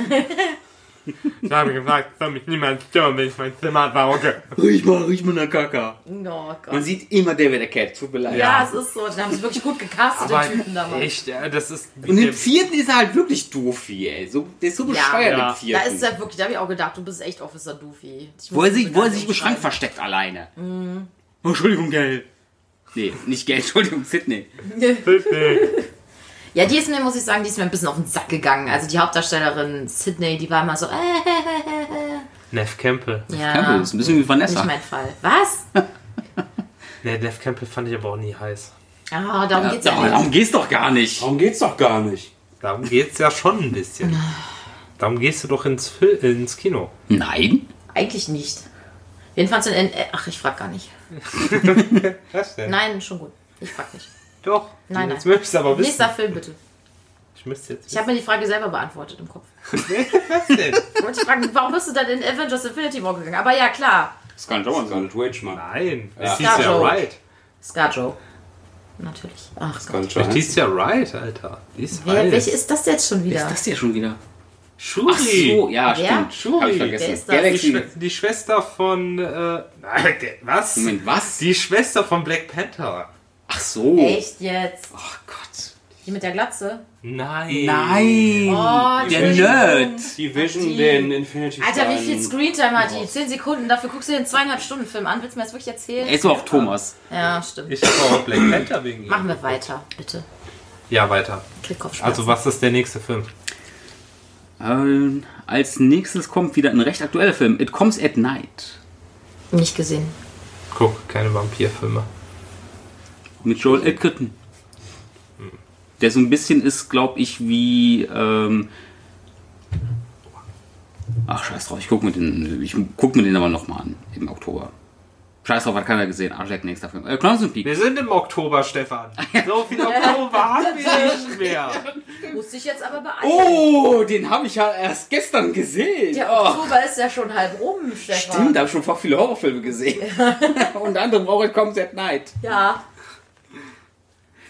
Speaker 3: Ich habe gesagt, soll mich niemand stören, wenn ich mein Zimmer sauge.
Speaker 2: Riech mal, riech mal eine Kaka.
Speaker 4: Oh
Speaker 2: Man
Speaker 4: Gott.
Speaker 2: sieht immer David Cat, tut mir leid.
Speaker 4: Ja, es ist so. Die haben sich wirklich gut gecastet,
Speaker 3: Aber
Speaker 4: den Typen damals.
Speaker 3: echt, ja, das ist.
Speaker 2: Und im vierten ist er halt wirklich doof, hier, ey. So, der ist so bescheuert
Speaker 3: Ja.
Speaker 2: im
Speaker 4: Da
Speaker 2: vierten.
Speaker 4: ist er wirklich, da habe ich auch gedacht, du bist echt Officer Doofy. Ich
Speaker 2: wo er
Speaker 4: muss
Speaker 2: sich,
Speaker 4: das
Speaker 2: wo er
Speaker 4: gar
Speaker 2: sich im
Speaker 4: nicht
Speaker 2: Schrank
Speaker 4: schreiben.
Speaker 2: versteckt alleine. Oh, Entschuldigung, Gell. Nee, nicht Gell, Entschuldigung, Sydney.
Speaker 4: Ja, die ist mir, muss ich sagen, die ist mir ein bisschen auf den Sack gegangen. Also die Hauptdarstellerin Sydney, die war immer so, äh, äh, äh, äh.
Speaker 3: Neff Campbell.
Speaker 2: Campbell
Speaker 4: Ja,
Speaker 2: ist ein bisschen wie
Speaker 4: nicht
Speaker 2: Vanessa.
Speaker 4: mein Fall. Was?
Speaker 3: Ne, Neff Campbell fand ich aber auch nie heiß.
Speaker 4: Ah, darum
Speaker 2: Ja,
Speaker 4: geht's ja nicht.
Speaker 2: darum geht's doch gar nicht.
Speaker 1: Darum geht's doch gar nicht.
Speaker 3: Darum geht's ja schon ein bisschen. Darum gehst du doch ins, Fil ins Kino.
Speaker 2: Nein?
Speaker 4: Eigentlich nicht. Wen fandst du denn? äh, Ach, ich frag gar nicht.
Speaker 3: Was denn?
Speaker 4: Nein, schon gut. Ich frag nicht.
Speaker 3: Doch.
Speaker 4: Nein,
Speaker 3: jetzt
Speaker 4: nein.
Speaker 3: möchte ich es aber wissen.
Speaker 4: Nächster Film bitte.
Speaker 3: Ich müsste jetzt.
Speaker 4: Ich habe mir die Frage selber beantwortet im Kopf.
Speaker 3: Was denn?
Speaker 4: Wollte ich fragen, warum bist du dann in Avengers Infinity War gegangen? Aber ja, klar.
Speaker 2: Scarlett Johansson.
Speaker 1: Scarlet Witch, Mann.
Speaker 3: Nein.
Speaker 1: Ja.
Speaker 3: Letitia
Speaker 4: Scarjo.
Speaker 3: Wright.
Speaker 4: Scarjo. Natürlich. Ach Gott.
Speaker 1: Scarlet Johansson.
Speaker 3: Letitia Wright, Alter. Die ist
Speaker 4: Wer,
Speaker 3: weiß.
Speaker 4: welche ist das jetzt schon
Speaker 2: Wer
Speaker 4: wieder?
Speaker 2: ist das hier schon wieder?
Speaker 3: Shuri.
Speaker 2: Ach so, ja,
Speaker 4: Wer?
Speaker 2: stimmt.
Speaker 3: Shuri.
Speaker 2: Hab ich
Speaker 4: Wer
Speaker 2: vergessen.
Speaker 4: ist das?
Speaker 3: Die,
Speaker 2: Galaxy.
Speaker 3: Schwe die Schwester von. Äh, nein, der- was?
Speaker 2: Moment, was?
Speaker 3: Die Schwester von Black Panther.
Speaker 2: Ach so.
Speaker 4: Echt jetzt?
Speaker 2: Ach Gott.
Speaker 4: Die mit der Glatze?
Speaker 3: Nein.
Speaker 2: Nein.
Speaker 4: Oh,
Speaker 2: der
Speaker 4: die-
Speaker 2: Nerd.
Speaker 1: Die Vision,
Speaker 4: Die-
Speaker 1: den Infinity
Speaker 4: Alter, wie
Speaker 1: Stein.
Speaker 4: viel Screentime hat die? Zehn Sekunden, dafür guckst du den zweieinhalb Stunden Film an. Willst du mir das wirklich erzählen?
Speaker 2: Er ist auch Thomas.
Speaker 4: Ja, stimmt.
Speaker 3: Ich habe auch Black Panther wegen ihr.
Speaker 4: Machen wir weiter, bitte.
Speaker 3: Ja, weiter.
Speaker 4: Krieg Kopfschmerzen.
Speaker 3: Also, was ist der nächste Film?
Speaker 2: Ähm, als nächstes kommt wieder ein recht aktueller Film. It Comes at Night.
Speaker 4: Nicht gesehen.
Speaker 3: Guck, keine Vampirfilme.
Speaker 2: Mit Joel Edgerton. Hm. Der so ein bisschen ist, glaube ich, wie. Ähm Ach, scheiß drauf, ich guck mir den, ich guck mir den aber nochmal an im Oktober. Scheiß drauf, hat keiner gesehen. Arschleck, nächster Film. Äh, Clowns und Peak.
Speaker 3: Wir sind im Oktober, Stefan. So viel Oktober haben wir nicht mehr.
Speaker 4: Muss ich jetzt aber beeilen.
Speaker 2: Oh, den habe ich ja erst gestern gesehen.
Speaker 4: Der
Speaker 2: Oh,
Speaker 4: Oktober ist ja schon halb rum, Stefan.
Speaker 2: stimmt, da habe ich schon fast viele Horrorfilme gesehen. Unter anderem auch It Comes at Night.
Speaker 4: Ja.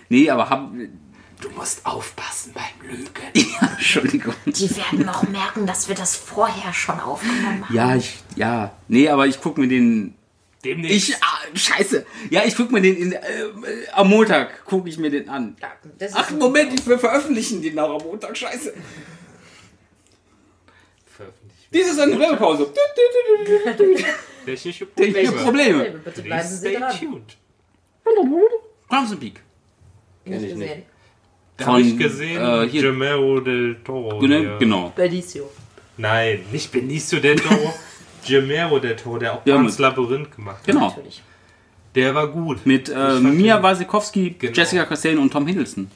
Speaker 2: Nee, aber hab.
Speaker 3: Du musst aufpassen beim Lügen.
Speaker 2: Ja, Entschuldigung.
Speaker 4: Die werden auch merken, dass wir das vorher schon aufgenommen haben.
Speaker 2: Ja, ich. Ja. Nee, aber ich guck mir den
Speaker 3: Demnächst.
Speaker 2: Ich, ah, scheiße. Ja, ich guck mir den in, äh, äh, am Montag, gucke ich mir den an.
Speaker 4: Ja, das ist
Speaker 2: Ach, Moment, ich will veröffentlichen den auch am Montag, scheiße. Dies ist eine Werbepause. Tut, tut, tut, tut, tut.
Speaker 3: Technische
Speaker 2: Technische
Speaker 3: Probleme.
Speaker 2: Probleme.
Speaker 4: Bitte bleiben
Speaker 3: Please
Speaker 4: Sie
Speaker 3: stay
Speaker 4: dran.
Speaker 3: tuned.
Speaker 2: Crimson Peak.
Speaker 4: Nicht
Speaker 1: ich nicht.
Speaker 4: gesehen.
Speaker 3: Da
Speaker 2: Von,
Speaker 3: habe ich gesehen,
Speaker 2: äh, hier-
Speaker 3: Gemero del Toro.
Speaker 2: Genau.
Speaker 3: hier.
Speaker 2: genau.
Speaker 4: Benicio.
Speaker 3: Nein, nicht Benicio del Toro. Gemero del Toro, der auch
Speaker 2: Ja,
Speaker 3: ganz
Speaker 2: mit-
Speaker 3: Labyrinth gemacht hat.
Speaker 2: Genau.
Speaker 4: Natürlich.
Speaker 3: Der war gut.
Speaker 2: Mit äh,
Speaker 3: fand den-
Speaker 2: Mia Wasikowski,
Speaker 3: Genau.
Speaker 2: Jessica Chastain und Tom Hiddleston.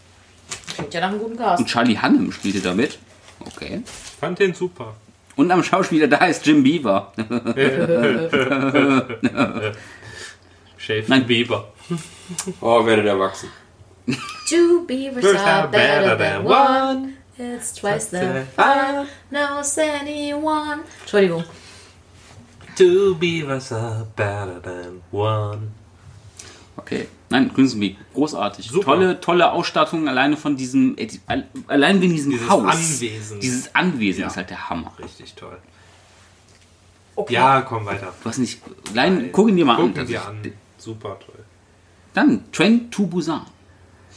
Speaker 4: Klingt ja nach einem guten Cast.
Speaker 2: Und Charlie Hannem spielte damit. Okay.
Speaker 3: fand den super.
Speaker 2: Und am Schauspieler da ist Jim Beaver.
Speaker 3: Schäfer
Speaker 2: Nein.
Speaker 3: Weber.
Speaker 1: Oh, werdet erwachsen.
Speaker 4: Two beavers are better than one. It's twice the fun. Knows anyone. Entschuldigung.
Speaker 3: Two beavers are better than one.
Speaker 2: Okay. Nein, Crimson Peak. Großartig.
Speaker 3: Super.
Speaker 2: Tolle, tolle Ausstattung alleine von diesem, äh, die- al- allein wegen diesem
Speaker 3: Dieses
Speaker 2: Haus.
Speaker 3: Anwesen.
Speaker 2: Dieses Anwesen
Speaker 3: Ja.
Speaker 2: ist halt der Hammer.
Speaker 3: Richtig toll.
Speaker 4: Okay.
Speaker 3: Ja, komm weiter.
Speaker 2: Was nicht, allein, gucken wir mal an.
Speaker 3: Gucken
Speaker 2: Das
Speaker 3: wir
Speaker 2: ist-
Speaker 3: an. Super toll.
Speaker 2: Dann, Train to Busan.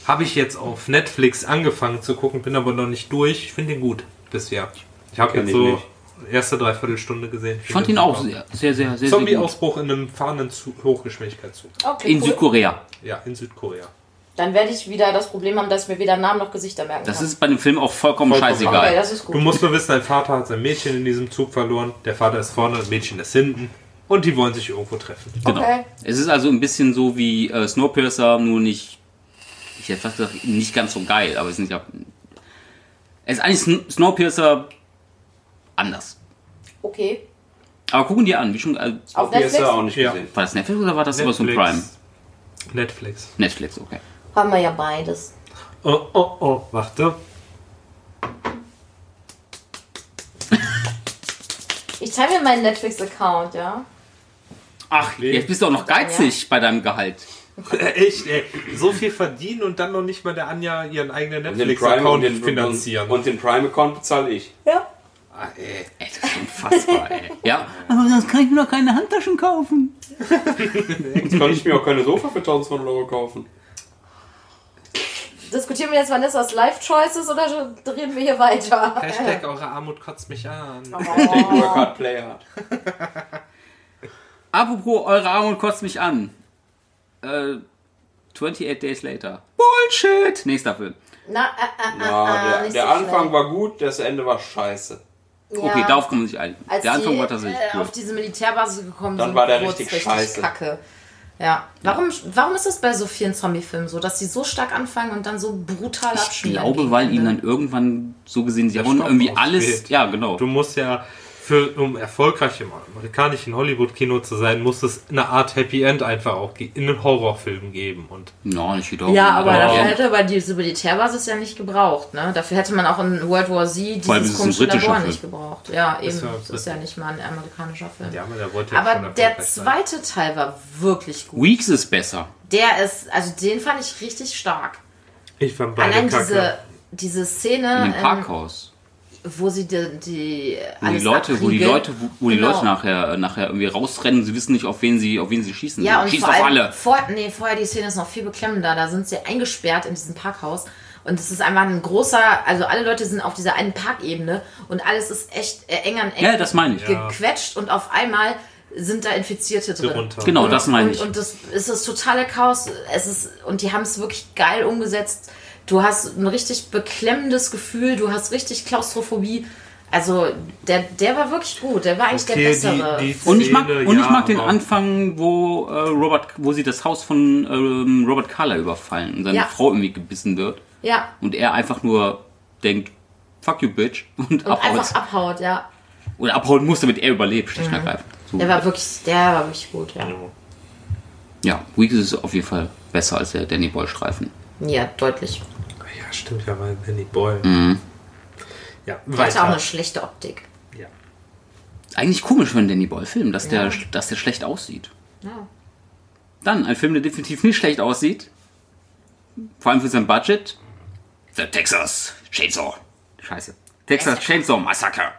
Speaker 3: Habe ich jetzt auf Netflix angefangen zu gucken, bin aber noch nicht durch. Ich finde den gut bisher. Ich habe
Speaker 1: Kenn
Speaker 3: jetzt
Speaker 1: ich
Speaker 3: so
Speaker 1: nicht.
Speaker 3: erste Dreiviertelstunde gesehen.
Speaker 2: Ich fand ihn auch sehr, sehr, sehr, sehr, sehr gut.
Speaker 3: Zombie-Ausbruch in einem fahrenden Zu- Hochgeschwindigkeitszug.
Speaker 4: Okay,
Speaker 2: In Südkorea.
Speaker 3: Ja, in Südkorea.
Speaker 4: Dann werde ich wieder das Problem haben, dass ich mir weder Namen noch Gesichter merken
Speaker 2: Das
Speaker 4: kann.
Speaker 2: ist bei dem Film auch vollkommen,
Speaker 3: Vollkommen.
Speaker 4: okay,
Speaker 2: scheißegal.
Speaker 4: das ist
Speaker 3: Du
Speaker 4: gut.
Speaker 3: musst nur wissen, dein Vater hat sein Mädchen in diesem Zug verloren. Der Vater ist vorne, das Mädchen ist hinten. Und die wollen sich irgendwo treffen.
Speaker 2: Genau.
Speaker 4: Okay.
Speaker 2: Es ist also ein bisschen so wie äh, Snowpiercer, nur nicht, ich hätte fast gesagt, nicht ganz so geil, aber es ist nicht, ab- es ist eigentlich Sn- Snowpiercer anders.
Speaker 4: Okay.
Speaker 2: Aber gucken die an, wie schon, äh,
Speaker 4: Auf
Speaker 1: Die hast
Speaker 4: Netflix
Speaker 1: du auch nicht
Speaker 3: Ja.
Speaker 1: gesehen.
Speaker 2: war das Netflix oder war das über so ein Prime?
Speaker 3: Netflix.
Speaker 2: Netflix, okay.
Speaker 4: haben wir ja beides.
Speaker 3: Oh, oh, oh, warte.
Speaker 4: Ich teile mir meinen Netflix-Account, ja?
Speaker 2: Ach,
Speaker 3: nee.
Speaker 2: jetzt bist du auch noch geizig bei deinem Gehalt.
Speaker 3: Echt, ey. So viel verdienen und dann noch nicht mal der Anja ihren eigenen
Speaker 1: Und den Prime
Speaker 3: Netflix-Account
Speaker 1: und den,
Speaker 3: finanzieren.
Speaker 1: und, und den Prime Account bezahle ich.
Speaker 4: Ja.
Speaker 3: ah, ey.
Speaker 2: Ey, das ist unfassbar, ey. Ja, aber sonst kann ich mir noch keine Handtaschen kaufen.
Speaker 1: Jetzt kann ich mir auch keine Sofa für 1200 Euro kaufen.
Speaker 4: Diskutieren wir jetzt Vanessas Life-Choices oder drehen wir hier weiter?
Speaker 3: Hashtag eure Armut kotzt mich an.
Speaker 2: Oh.
Speaker 1: Hashtag
Speaker 4: Oh.
Speaker 1: Workout Player.
Speaker 2: Apropos, eure Armut kotzt mich an. Äh, 28 Days Later. Bullshit! Nächster Film.
Speaker 4: Na, äh, äh,
Speaker 1: Ah,
Speaker 4: äh,
Speaker 1: der
Speaker 4: nicht
Speaker 1: der
Speaker 4: so
Speaker 1: Anfang
Speaker 4: schnell.
Speaker 1: war gut, das Ende war scheiße.
Speaker 2: Okay,
Speaker 4: Ja.
Speaker 2: darauf kann man sich ein.
Speaker 4: Als
Speaker 2: Der Anfang
Speaker 4: die,
Speaker 2: war tatsächlich
Speaker 4: äh, auf
Speaker 2: cool.
Speaker 4: diese Militärbasis gekommen
Speaker 1: Dann
Speaker 4: sind,
Speaker 1: war der
Speaker 4: wurd's
Speaker 1: richtig scheiße.
Speaker 4: kacke. Ja. Warum, warum ist das bei so vielen Zombie-Filmen so, dass sie so stark anfangen und dann so brutal
Speaker 2: Ich
Speaker 4: abschmieren?
Speaker 2: glaube, weil ihnen dann irgendwann so gesehen, sie
Speaker 3: Der
Speaker 2: haben
Speaker 3: Stoff
Speaker 2: irgendwie
Speaker 3: ausgeht.
Speaker 2: alles. Ja, genau.
Speaker 3: Du musst ja für, um erfolgreich im amerikanischen Hollywood-Kino zu sein, muss es eine Art Happy End einfach auch ge- in den Horrorfilmen geben. Und
Speaker 2: Ja, nicht wieder.
Speaker 4: Ja, aber
Speaker 2: Ja.
Speaker 4: dafür hätte man diese Militärbasis ja nicht gebraucht. Ne? Dafür hätte man auch in World War Z
Speaker 2: Vor allem ist es
Speaker 4: dieses
Speaker 2: ein
Speaker 4: komische
Speaker 2: britischer
Speaker 4: Labor
Speaker 2: Film.
Speaker 4: nicht gebraucht. Ja, eben.
Speaker 3: Ist ja
Speaker 4: Das ist ja nicht mal ein amerikanischer Film.
Speaker 3: ja, aber der wollte ja
Speaker 4: Aber
Speaker 3: schon
Speaker 4: der
Speaker 3: erfolgreich sein.
Speaker 4: zweite Teil war wirklich gut.
Speaker 2: Weeks ist besser.
Speaker 4: Der ist, also den fand ich richtig stark.
Speaker 3: Ich fand beide
Speaker 4: Allein
Speaker 3: Kacke.
Speaker 4: diese, diese
Speaker 2: In
Speaker 4: Szene,
Speaker 2: dem
Speaker 4: ähm,
Speaker 2: Parkhaus.
Speaker 4: wo sie die, die,
Speaker 2: Wo die
Speaker 4: alles
Speaker 2: Leute, wo die
Speaker 4: abriegeln.
Speaker 2: Leute, wo, wo die
Speaker 4: Genau.
Speaker 2: Leute nachher, nachher irgendwie rausrennen, sie wissen nicht, auf wen sie, auf wen sie schießen.
Speaker 4: Ja, und
Speaker 2: Schießt
Speaker 4: vor
Speaker 2: auf
Speaker 4: allem,
Speaker 2: alle.
Speaker 4: Vor, nee, vorher die Szene ist noch viel beklemmender. Da sind sie eingesperrt in diesem Parkhaus. Und es ist einfach ein großer, also alle Leute sind auf dieser einen Parkebene und alles ist echt äh, eng an eng
Speaker 2: Ja, das meine ich.
Speaker 3: Ja.
Speaker 4: gequetscht und auf einmal sind da Infizierte drin.
Speaker 3: Drunter.
Speaker 2: Genau, das meine
Speaker 4: Und,
Speaker 2: ich.
Speaker 4: und das ist das totale Chaos. Es ist, und die haben es wirklich geil umgesetzt. Du hast ein richtig beklemmendes Gefühl, du hast richtig Klaustrophobie. Also der, der war wirklich gut, der war eigentlich der bessere.
Speaker 2: Und ich mag,
Speaker 3: Szene,
Speaker 2: und ich
Speaker 3: ja,
Speaker 2: mag den
Speaker 3: aber-
Speaker 2: Anfang, wo äh, Robert, wo sie das Haus von ähm, Robert Carla überfallen und seine
Speaker 4: Ja.
Speaker 2: Frau irgendwie gebissen wird
Speaker 4: ja,
Speaker 2: und er einfach nur denkt, fuck you bitch und,
Speaker 4: und
Speaker 2: abhaut.
Speaker 4: einfach abhaut, ja.
Speaker 2: Und abhauen muss, damit er überlebt, schlicht und ergreifend. So.
Speaker 4: Der Mhm. war wirklich, der war wirklich gut, ja.
Speaker 2: Ja, Weeks ist auf jeden Fall besser als der Danny Boy Streifen.
Speaker 4: Ja, deutlich.
Speaker 3: Ah Ja, stimmt, ja, weil Benny Boy. Ja,
Speaker 4: Der hatte auch
Speaker 3: weiter.
Speaker 4: eine schlechte Optik.
Speaker 3: Ja.
Speaker 2: Eigentlich komisch für einen Danny Boy Film, dass
Speaker 4: Ja.
Speaker 2: der, dass der schlecht aussieht.
Speaker 4: Ja.
Speaker 2: Dann ein Film, der definitiv nicht schlecht aussieht. Vor allem für sein Budget. The Texas Chainsaw. Scheiße. Texas Chainsaw Massacre.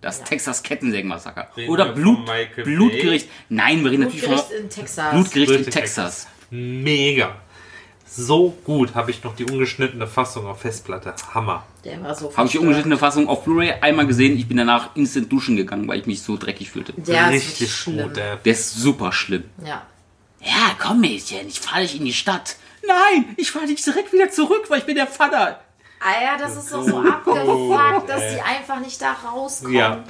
Speaker 2: Das Texas Kettensägen Massaker.
Speaker 3: Reden
Speaker 2: Oder
Speaker 3: wir von
Speaker 2: Blut,
Speaker 3: Michael Bay?
Speaker 2: Blutgericht. Nein, wir reden natürlich von
Speaker 4: Blutgericht in Texas.
Speaker 2: Blutgericht in
Speaker 3: Richtig
Speaker 2: Texas.
Speaker 3: Mega. So gut habe ich noch die ungeschnittene Fassung auf Festplatte. Hammer.
Speaker 4: Der war
Speaker 2: Habe ich
Speaker 4: so
Speaker 2: die
Speaker 4: verstört.
Speaker 2: ungeschnittene Fassung auf Blu-ray einmal gesehen. Ich bin danach instant duschen gegangen, weil ich mich so dreckig fühlte.
Speaker 4: Der ist
Speaker 3: Richtig
Speaker 4: wirklich schlimm.
Speaker 3: gut, ey.
Speaker 2: Der ist super schlimm.
Speaker 4: Ja.
Speaker 2: Ja, komm Mädchen, ich fahre dich in die Stadt. Nein, ich fahre dich direkt wieder zurück, weil ich bin der Vater.
Speaker 4: Ah ja, das ist doch so
Speaker 3: Gut,
Speaker 4: abgefuckt, dass
Speaker 3: ey.
Speaker 4: die einfach nicht da rauskommen.
Speaker 3: Ja.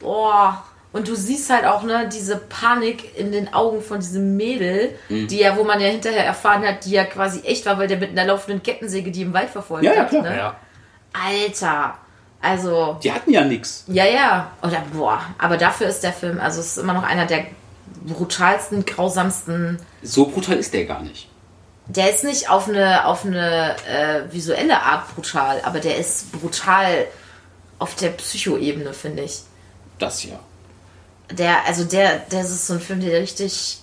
Speaker 4: Boah. Und du siehst halt auch, ne, diese Panik in den Augen von diesem Mädel,
Speaker 3: Mhm.
Speaker 4: die ja, wo man ja hinterher erfahren hat, die ja quasi echt war, weil der mit einer laufenden Kettensäge die im Wald verfolgt
Speaker 2: Ja, ja,
Speaker 4: hat.
Speaker 2: klar.
Speaker 4: Ne?
Speaker 3: Ja.
Speaker 4: Alter. Also,
Speaker 2: Die hatten ja nichts.
Speaker 4: Ja, ja. Oder boah. Aber dafür ist der Film, also es ist immer noch einer der brutalsten, grausamsten.
Speaker 2: So brutal ist der gar nicht.
Speaker 4: Der ist nicht auf eine, auf eine äh, visuelle Art brutal, aber der ist brutal auf der Psychoebene, finde ich.
Speaker 2: Das ja.
Speaker 4: Der, also der, der ist so ein Film, der dir richtig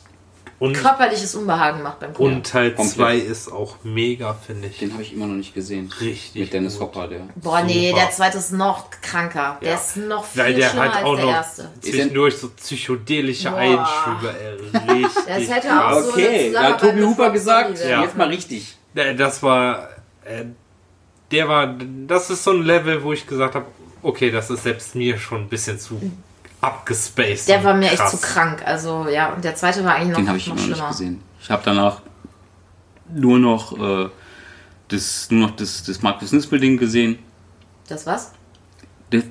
Speaker 3: Und,
Speaker 4: körperliches Unbehagen macht beim Gucken.
Speaker 3: Hm. und Teil
Speaker 2: Komplett.
Speaker 3: 2 ist auch mega, finde ich.
Speaker 2: Den habe ich immer noch nicht gesehen.
Speaker 3: Richtig
Speaker 2: Mit Dennis
Speaker 3: gut.
Speaker 2: Hopper, der.
Speaker 4: Boah, nee,
Speaker 3: super.
Speaker 4: der zweite ist noch kranker. Der
Speaker 3: Ja.
Speaker 4: ist noch viel
Speaker 3: Weil der
Speaker 4: schlimmer
Speaker 3: halt auch
Speaker 4: als der
Speaker 3: noch
Speaker 4: erste.
Speaker 3: zwischendurch so psychedelische
Speaker 4: Boah.
Speaker 3: Einschübe, ey. Richtig.
Speaker 4: Das hätte halt auch
Speaker 3: krass.
Speaker 4: so eine Zusammenarbeit mit Fox Sullivan.
Speaker 3: Ja.
Speaker 2: jetzt mal richtig.
Speaker 3: Äh, Das war. Äh, der war. Das ist so ein Level, wo ich gesagt habe, okay, das ist selbst mir schon ein bisschen zu abgespaced.
Speaker 4: Mhm. Der
Speaker 3: und
Speaker 4: war mir echt
Speaker 3: krass.
Speaker 4: zu krank. Also ja, und der zweite war eigentlich noch,
Speaker 2: Den habe ich
Speaker 4: noch
Speaker 2: immer noch nicht
Speaker 4: schlimmer.
Speaker 2: gesehen. Ich habe danach nur noch äh, das, nur noch das, das Markus Nispel-Ding gesehen.
Speaker 4: Das was?
Speaker 2: Das,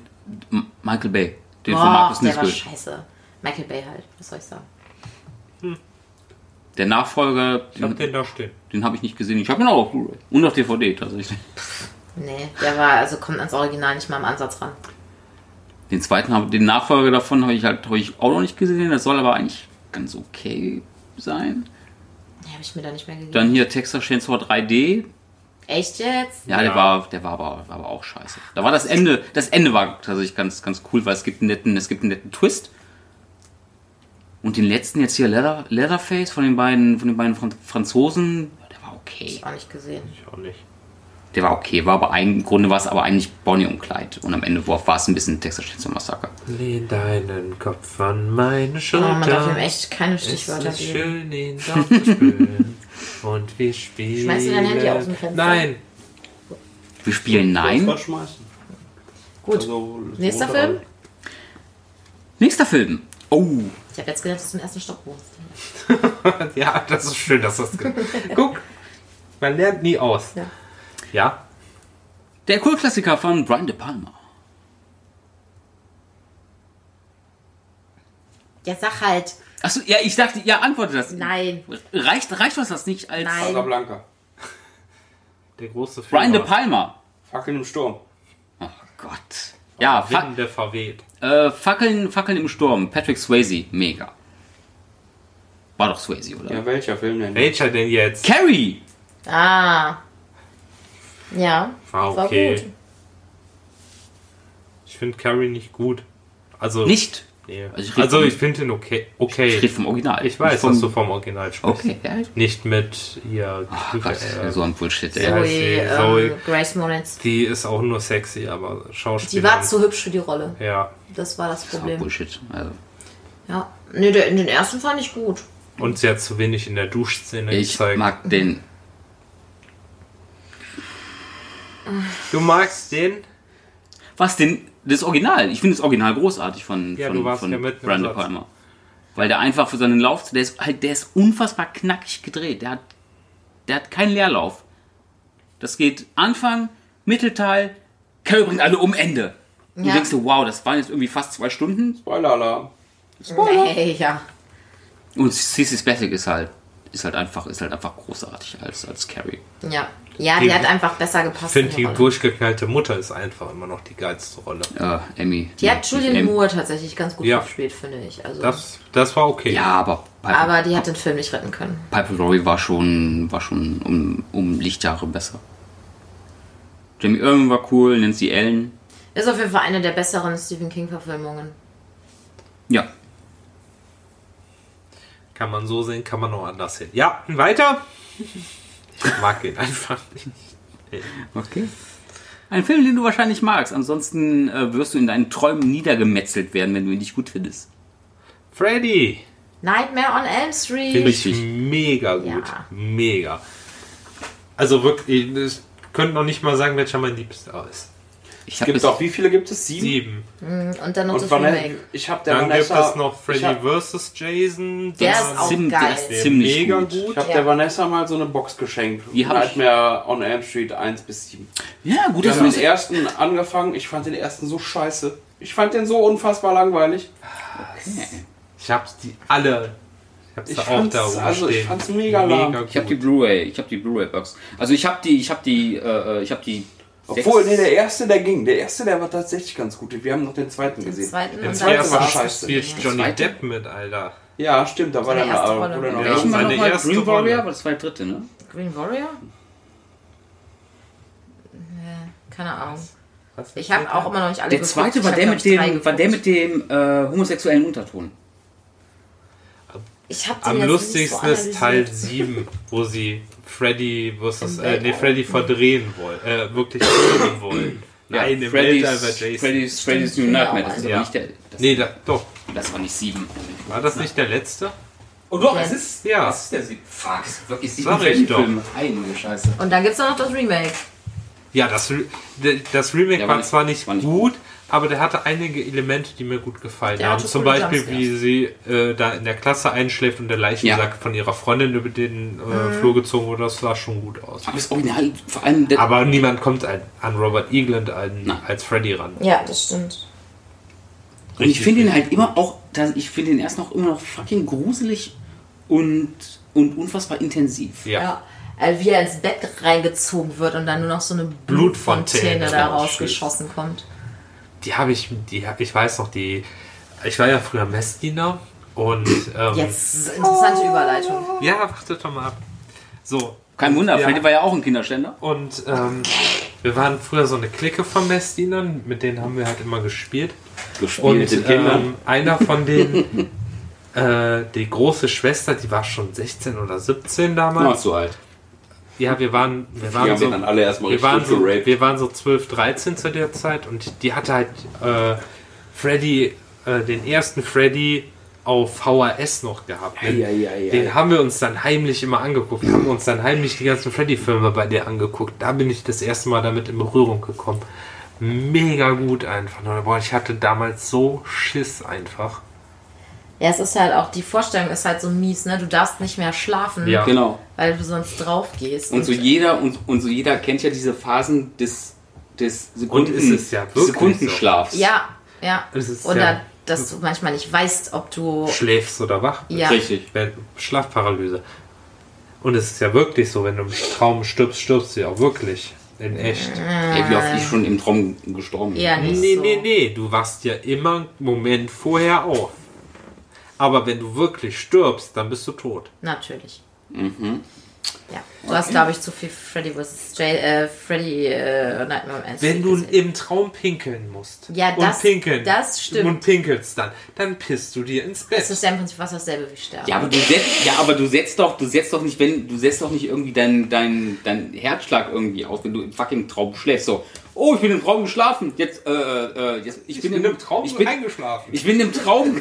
Speaker 2: M- Michael Bay. Den von
Speaker 4: Boah,
Speaker 2: Markus
Speaker 4: der war
Speaker 2: Nispel.
Speaker 4: scheiße. Michael Bay halt, was soll ich sagen?
Speaker 2: Der Nachfolger,
Speaker 3: Ich hab
Speaker 2: den,
Speaker 3: den da stehen.
Speaker 2: den habe ich nicht gesehen. Ich habe ihn auch auf Blu-ray. Und auf DVD tatsächlich.
Speaker 4: Nee, der war, also kommt ans Original nicht mal im Ansatz ran.
Speaker 2: Den zweiten, hab- den Nachfolger davon habe ich halt hab ich auch noch nicht gesehen. Das soll aber eigentlich ganz okay sein.
Speaker 4: Nee, habe ich mir da nicht mehr gegeben.
Speaker 2: Dann hier Texas Chainsaw 3D.
Speaker 4: Echt jetzt?
Speaker 2: Ja, der
Speaker 3: Ja.
Speaker 2: war, der war aber, war aber auch scheiße. Da war das Ende, das Ende war tatsächlich ganz, ganz cool, weil es gibt einen netten, es gibt einen netten Twist. Und den letzten jetzt hier Leather, Leatherface von den beiden, von den beiden Fran- Franzosen, der war okay.
Speaker 4: Ich auch nicht gesehen.
Speaker 3: Ich auch nicht.
Speaker 2: Der war okay, war aber ein, im Grunde war es aber eigentlich Bonnie und Clyde. Und am Ende war war es ein bisschen Texas Chainsaw Massacre.
Speaker 3: Lehn deinen Kopf an meine
Speaker 4: Oh,
Speaker 3: Schulter.
Speaker 4: man darf ihm echt keine
Speaker 3: Es
Speaker 4: Stichwörter
Speaker 3: ist
Speaker 4: geben.
Speaker 3: schön, ihn dort zu spüren. Und wir spielen.
Speaker 4: Schmeißt du dein Handy halt aus dem Fenster?
Speaker 3: Nein.
Speaker 2: Wir spielen Nein.
Speaker 1: Das schmeißen.
Speaker 4: Gut.
Speaker 1: Also,
Speaker 4: Nächster
Speaker 1: Montag-
Speaker 4: Film?
Speaker 2: Nächster Film. Oh,
Speaker 4: Ich habe jetzt gedacht, dass du den ersten Stock wohnst.
Speaker 3: Ja, das ist schön, dass das. ge- Guck, man lernt nie aus.
Speaker 4: Ja.
Speaker 3: Ja,
Speaker 2: der Kultklassiker von Brian De Palma.
Speaker 4: Ja, sag halt.
Speaker 2: Achso, ja, ich dachte, ja, antworte das.
Speaker 4: Nein.
Speaker 2: Reicht, reicht uns das nicht als
Speaker 4: Nein.
Speaker 1: Casablanca.
Speaker 3: der große Film.
Speaker 2: Brian De Palma?
Speaker 1: Fackeln im Sturm.
Speaker 2: Oh Gott. Ja, Fa
Speaker 3: Winde verweht.
Speaker 2: äh, Fackeln, Fackeln im Sturm. Patrick Swayze, mega. War doch Swayze, oder?
Speaker 1: Ja, welcher Film denn?
Speaker 3: Welcher denn jetzt?
Speaker 2: Carrie!
Speaker 4: Ah. Ja.
Speaker 3: War Ah, okay. Ich finde Carrie nicht gut. Also,
Speaker 2: Nicht?
Speaker 3: nee.
Speaker 2: Also ich rede
Speaker 3: also
Speaker 2: vom-
Speaker 3: ich finde ihn okay. okay.
Speaker 2: Ich rede vom Original.
Speaker 3: Ich weiß,
Speaker 2: Nicht vom,
Speaker 3: dass du vom Original sprichst.
Speaker 2: Okay, ja.
Speaker 3: Nicht mit ihr.
Speaker 2: Oh Gott,
Speaker 3: äh,
Speaker 2: so ein Bullshit,
Speaker 3: Ja,
Speaker 2: ey.
Speaker 4: Zoe,
Speaker 3: ich sehe,
Speaker 4: ähm,
Speaker 3: Zoe.
Speaker 4: Grace Moritz.
Speaker 3: Die ist auch nur sexy, aber
Speaker 4: Die
Speaker 3: Schauspielerin.
Speaker 4: war zu hübsch für die Rolle.
Speaker 3: Ja.
Speaker 4: Das war das
Speaker 2: So ein
Speaker 4: Problem.
Speaker 2: Bullshit. Also,
Speaker 4: Ja. Nee, der, den ersten fand ich gut.
Speaker 3: Und sie hat zu wenig in der Duschszene
Speaker 2: ich
Speaker 3: gezeigt.
Speaker 2: mag den.
Speaker 3: Du magst den?
Speaker 2: Was denn? Das Original. Ich finde das Original großartig von,
Speaker 3: Ja,
Speaker 2: von,
Speaker 3: du warst
Speaker 2: von
Speaker 3: ja mit im
Speaker 2: Brandon
Speaker 3: Satz.
Speaker 2: Palmer. Weil der einfach für seinen Lauf, der ist halt, der ist unfassbar knackig gedreht. Der hat, der hat keinen Leerlauf. Das geht Anfang, Mittelteil, Carrie bringt alle um Ende. Und
Speaker 4: Ja.
Speaker 2: du denkst dir, wow, das waren jetzt irgendwie fast zwei Stunden.
Speaker 1: Spoiler-Alarm.
Speaker 4: Nee, ja.
Speaker 2: Und Cece Spessig ist halt, ist halt einfach, ist halt einfach großartig als, als Carrie.
Speaker 4: Ja. Ja, die,
Speaker 3: Die-
Speaker 4: hat einfach besser
Speaker 3: Ich
Speaker 4: gepasst. in
Speaker 3: finde,
Speaker 4: die
Speaker 3: die
Speaker 4: Rolle.
Speaker 3: durchgeknallte Mutter ist einfach immer noch die geilste Rolle.
Speaker 2: Äh, Emmy.
Speaker 4: Die hat Julian
Speaker 2: Emmy.
Speaker 4: Moore tatsächlich ganz gut
Speaker 3: Ja.
Speaker 4: gespielt, finde ich. Also,
Speaker 3: Das, das war okay.
Speaker 2: Ja, aber Piper,
Speaker 4: aber die hat den Film nicht retten können.
Speaker 2: Piper Laurie war schon, war schon um, um Lichtjahre besser. Jamie Irwin war cool, Nancy Allen.
Speaker 4: Ist auf jeden Fall eine der besseren Stephen King-Verfilmungen.
Speaker 2: Ja.
Speaker 3: Kann man so sehen, kann man auch anders sehen. Ja, weiter. Ich mag ihn einfach nicht.
Speaker 2: Okay. Ein Film, den du wahrscheinlich magst. Ansonsten äh, wirst du in deinen Träumen niedergemetzelt werden, wenn du ihn nicht gut findest.
Speaker 3: Freddy.
Speaker 4: Nightmare on Elm Street.
Speaker 3: Finde ich
Speaker 2: Richtig.
Speaker 3: mega gut.
Speaker 4: Ja.
Speaker 3: Mega. Also wirklich, ich könnte noch nicht mal sagen, welcher mein Liebster ist.
Speaker 2: Ich habe
Speaker 1: Gibt auch, wie viele gibt es? Sieben?
Speaker 3: Sieben.
Speaker 4: Und dann noch
Speaker 1: Und
Speaker 4: das
Speaker 1: Vanessa,
Speaker 4: Remake.
Speaker 1: ich habe der
Speaker 3: Dann gibt
Speaker 1: Vanessa...
Speaker 3: es noch
Speaker 1: ich hab-
Speaker 3: Freddy vs. Jason.
Speaker 4: Der
Speaker 3: dann-
Speaker 4: ist auch geil.
Speaker 2: der ist ziemlich
Speaker 3: mega
Speaker 2: gut.
Speaker 1: Ich habe
Speaker 4: Ja.
Speaker 1: der Vanessa mal so eine Box geschenkt.
Speaker 2: Die hab ich-
Speaker 1: Nightmare on Elm Street 1 bis 7.
Speaker 2: Ja, gut,
Speaker 1: Ich
Speaker 2: dass
Speaker 1: habe
Speaker 2: du
Speaker 1: den ersten angefangen. Ich fand den ersten so scheiße. Ich fand den so unfassbar langweilig.
Speaker 3: Ich hab's die alle. Ich hab's
Speaker 1: Ich
Speaker 3: da auch
Speaker 1: fand's-
Speaker 3: da oben
Speaker 1: also ich
Speaker 3: stehen.
Speaker 1: fand's mega lang.
Speaker 2: Ich habe die Blu-ray, ich habe die Blu-ray-Box. Also ich habe die, ich habe die, äh, äh, ich habe die.
Speaker 1: Obwohl, nee,
Speaker 2: sechs-
Speaker 1: der erste, der ging. Der erste, der war tatsächlich ganz gut. Wir haben noch den zweiten
Speaker 4: Den
Speaker 1: gesehen.
Speaker 4: zweiten
Speaker 3: Der
Speaker 4: und
Speaker 1: zweite
Speaker 4: dann
Speaker 1: war
Speaker 4: war's.
Speaker 1: scheiße.
Speaker 3: spielt Johnny
Speaker 2: zweite?
Speaker 3: Depp mit, Alter.
Speaker 1: Ja, stimmt. Da war
Speaker 4: Seine
Speaker 1: dann
Speaker 4: erste
Speaker 1: aber-
Speaker 4: Rolle.
Speaker 1: wurde noch-
Speaker 2: Welchen war
Speaker 3: seine
Speaker 2: nochmal?
Speaker 3: erste
Speaker 2: Green
Speaker 3: Rolle.
Speaker 2: Warrior? Aber das war der dritte, ne?
Speaker 4: Green Warrior? Nee, keine Ahnung.
Speaker 3: Was
Speaker 4: Ich habe auch immer noch nicht alle
Speaker 2: Der
Speaker 4: geguckt.
Speaker 2: zweite
Speaker 4: Ich
Speaker 2: war
Speaker 4: hab,
Speaker 2: der,
Speaker 4: glaub
Speaker 2: mit
Speaker 4: ich, drei
Speaker 2: dem, war der
Speaker 4: geguckt.
Speaker 2: mit dem äh, homosexuellen Unterton.
Speaker 4: Ich hab den
Speaker 3: Am
Speaker 4: jetzt nicht
Speaker 3: lustigsten
Speaker 4: so
Speaker 3: ist Teil
Speaker 4: analysiert.
Speaker 3: 7, wo sie Freddy versus, äh,
Speaker 4: Im
Speaker 3: nee,
Speaker 4: Weltall.
Speaker 3: Freddy verdrehen wollen. Äh, wirklich drehen wollen. Nein, im Weltall war
Speaker 2: Freddy's,
Speaker 3: Jason.
Speaker 2: Freddy's, Freddy's New
Speaker 4: Stimmt,
Speaker 2: Nightmare.
Speaker 4: ja.
Speaker 2: Das ist aber
Speaker 3: Ja.
Speaker 2: nicht der. Das,
Speaker 3: Nee, da, doch.
Speaker 2: das war nicht sieben.
Speaker 3: War das nicht der letzte?
Speaker 2: Oh doch,
Speaker 4: Ja.
Speaker 2: es ist.
Speaker 3: Ja.
Speaker 2: Es ist der sieben. Fuck, es sind wirklich sieben
Speaker 3: Sag ich doch.
Speaker 2: Freddy-Filme. Einige Scheiße.
Speaker 4: Und dann gibt's auch noch das Remake.
Speaker 3: Ja, das, Re- de- das
Speaker 2: Ja,
Speaker 3: Remake
Speaker 2: war
Speaker 3: war
Speaker 2: nicht-
Speaker 3: zwar nicht,
Speaker 2: war nicht
Speaker 3: gut, aber der hatte einige Elemente, die mir gut gefallen
Speaker 4: Der
Speaker 3: haben.
Speaker 4: hatte
Speaker 3: Zum
Speaker 4: coole
Speaker 3: Beispiel,
Speaker 4: Jumpscares.
Speaker 3: wie sie äh, da in der Klasse einschläft und der Leichensack von ihrer Freundin über den äh, Flur gezogen wurde. Das sah schon gut aus.
Speaker 2: Aber das Original, vor allem der.
Speaker 3: Aber niemand kommt an, an Robert Eagland an,
Speaker 2: Nein.
Speaker 3: als Freddy ran.
Speaker 4: Ja, das stimmt.
Speaker 2: Und ich finde ihn halt immer auch, dass- ich finde ihn erst noch immer noch fucking gruselig und, und unfassbar intensiv.
Speaker 4: Ja.
Speaker 3: Ja.
Speaker 4: Also wie er ins Bett reingezogen wird und dann nur noch so eine
Speaker 3: Blutfontäne genau,
Speaker 4: Blutfontäne da
Speaker 3: rausschießt.
Speaker 4: rausgeschossen kommt.
Speaker 3: Die habe ich, die hab, ich weiß noch, die. Ich war ja früher Messdiener und. Ähm,
Speaker 4: Jetzt interessante Überleitung.
Speaker 3: Ja, wartet doch mal ab. So,
Speaker 2: Kein Wunder,
Speaker 3: Ja.
Speaker 2: Freddy war ja auch ein Kinderständer.
Speaker 3: Und ähm, wir waren früher so eine Clique von Messdienern, mit denen haben wir halt immer gespielt. Und
Speaker 1: Gespielt den Kindern.
Speaker 3: ähm, einer von denen, äh, die große Schwester, die war schon 16 oder 17 damals.
Speaker 1: zu alt.
Speaker 3: Ja, wir waren, wir
Speaker 1: Die
Speaker 3: waren
Speaker 1: haben
Speaker 3: so,
Speaker 1: ihn dann alle erstmal
Speaker 3: wir
Speaker 1: richtig
Speaker 3: waren, so,
Speaker 1: geraped.
Speaker 3: wir waren so 12, 13 zu der Zeit und die hatte halt äh, Freddy, äh, den ersten Freddy auf VHS noch gehabt. ne?
Speaker 1: Eieiei.
Speaker 3: Den haben wir uns dann heimlich immer angeguckt, haben uns dann heimlich die ganzen Freddy-Filme bei dir angeguckt. Da bin ich das erste Mal damit in Berührung gekommen. Mega gut einfach. nur. Boah, ich hatte damals so Schiss einfach.
Speaker 4: Ja, es ist halt auch, die Vorstellung ist halt so mies, ne? Du darfst nicht mehr schlafen,
Speaker 3: Ja.
Speaker 2: Genau.
Speaker 4: weil du sonst drauf gehst.
Speaker 2: Und so jeder und, und so jeder kennt ja diese Phasen des des Sekunden,
Speaker 3: ist es ja wirklich
Speaker 2: Sekundenschlafs.
Speaker 4: ja, ja.
Speaker 3: Es ist
Speaker 4: Oder
Speaker 3: ja-
Speaker 4: dass du manchmal nicht weißt, ob du.
Speaker 3: Schläfst oder wach? bist.
Speaker 4: Oh. Ja.
Speaker 2: Richtig.
Speaker 3: Wenn- Schlafparalyse. Und es ist ja wirklich so, wenn du im Traum stirbst, stirbst du ja auch wirklich. In echt.
Speaker 2: Ey, wie oft ich schon im Traum gestorben bin.
Speaker 4: Eher nicht
Speaker 3: Nee,
Speaker 4: so.
Speaker 3: nee, nee, du wachst ja immer einen Moment vorher auf. Aber wenn du wirklich stirbst, dann bist du tot.
Speaker 4: Natürlich.
Speaker 2: Mhm.
Speaker 4: Ja. Du hast, glaube ich, zu viel Freddy vs. Jay, äh, Freddy äh, Nightmare on Elm Street
Speaker 3: Wenn du
Speaker 4: gesehen.
Speaker 3: im Traum pinkeln musst
Speaker 4: Ja, das-
Speaker 3: und pinkeln
Speaker 4: das stimmt.
Speaker 3: und pinkelst dann, dann pisst du dir ins
Speaker 4: Das ist
Speaker 3: Bett.
Speaker 4: ja im Prinzip fast dasselbe wie Sterben.
Speaker 2: Ja, aber du setzt, ja, aber du setzt doch, du setzt doch nicht, wenn, du setzt doch nicht irgendwie deinen dein, dein Herzschlag irgendwie aus, wenn du im fucking Traum schläfst. So, oh, ich bin im Traum geschlafen. Jetzt, äh, äh, jetzt, ich, bin, im Ich bin,
Speaker 3: eingeschlafen.
Speaker 2: ich bin im Traum.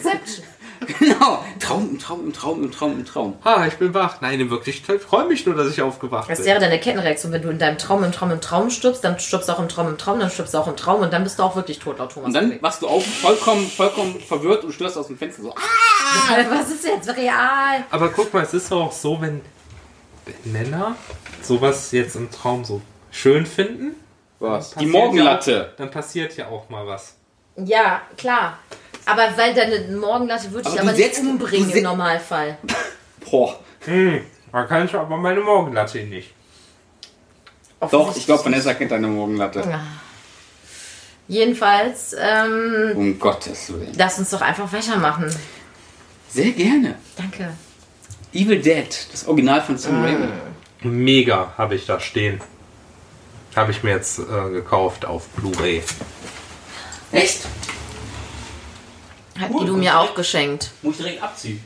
Speaker 2: genau. Traum, im Traum, im Traum, im Traum, im Traum.
Speaker 3: ah, ich bin wach. Nein, in Wirklichkeit freue mich nur, dass ich aufgewacht
Speaker 4: Das
Speaker 3: bin.
Speaker 4: wäre deine Kettenreaktion, wenn du in deinem Traum, im Traum, im Traum stirbst, dann stirbst du auch im Traum, im Traum, dann stirbst du auch im Traum und dann bist du auch wirklich tot, laut Thomas.
Speaker 2: Und dann
Speaker 4: Beck.
Speaker 2: wachst du auf, vollkommen, vollkommen verwirrt und stürzt aus dem Fenster. So, ah,
Speaker 4: was ist jetzt real?
Speaker 3: Aber guck mal, es ist auch so, wenn, wenn Männer sowas jetzt im Traum so schön finden,
Speaker 2: was? Die
Speaker 3: passiert Ja,
Speaker 2: Morgenlatte.
Speaker 3: auch- dann passiert ja auch mal was.
Speaker 4: Ja, klar. Aber weil deine Morgenlatte würde ich
Speaker 2: Aber
Speaker 4: aber
Speaker 2: du
Speaker 4: nicht
Speaker 2: setzt-
Speaker 4: umbringen
Speaker 2: du se-
Speaker 4: im Normalfall.
Speaker 2: Boah.
Speaker 3: Hm, Man kann ich aber meine Morgenlatte nicht.
Speaker 2: Doch, ich glaube, Vanessa kennt deine Morgenlatte.
Speaker 4: Jedenfalls, ähm,
Speaker 2: Um Gottes Willen.
Speaker 4: lass uns doch einfach weitermachen.
Speaker 2: Sehr gerne.
Speaker 4: Danke.
Speaker 2: Evil Dead, das Original von Sam Raimi.
Speaker 3: Mega habe ich da stehen. Habe ich mir jetzt äh, gekauft auf Blu-ray.
Speaker 2: Echt?
Speaker 4: Hat
Speaker 2: Cool.
Speaker 4: die du mir auch geschenkt.
Speaker 2: Muss ich direkt abziehen?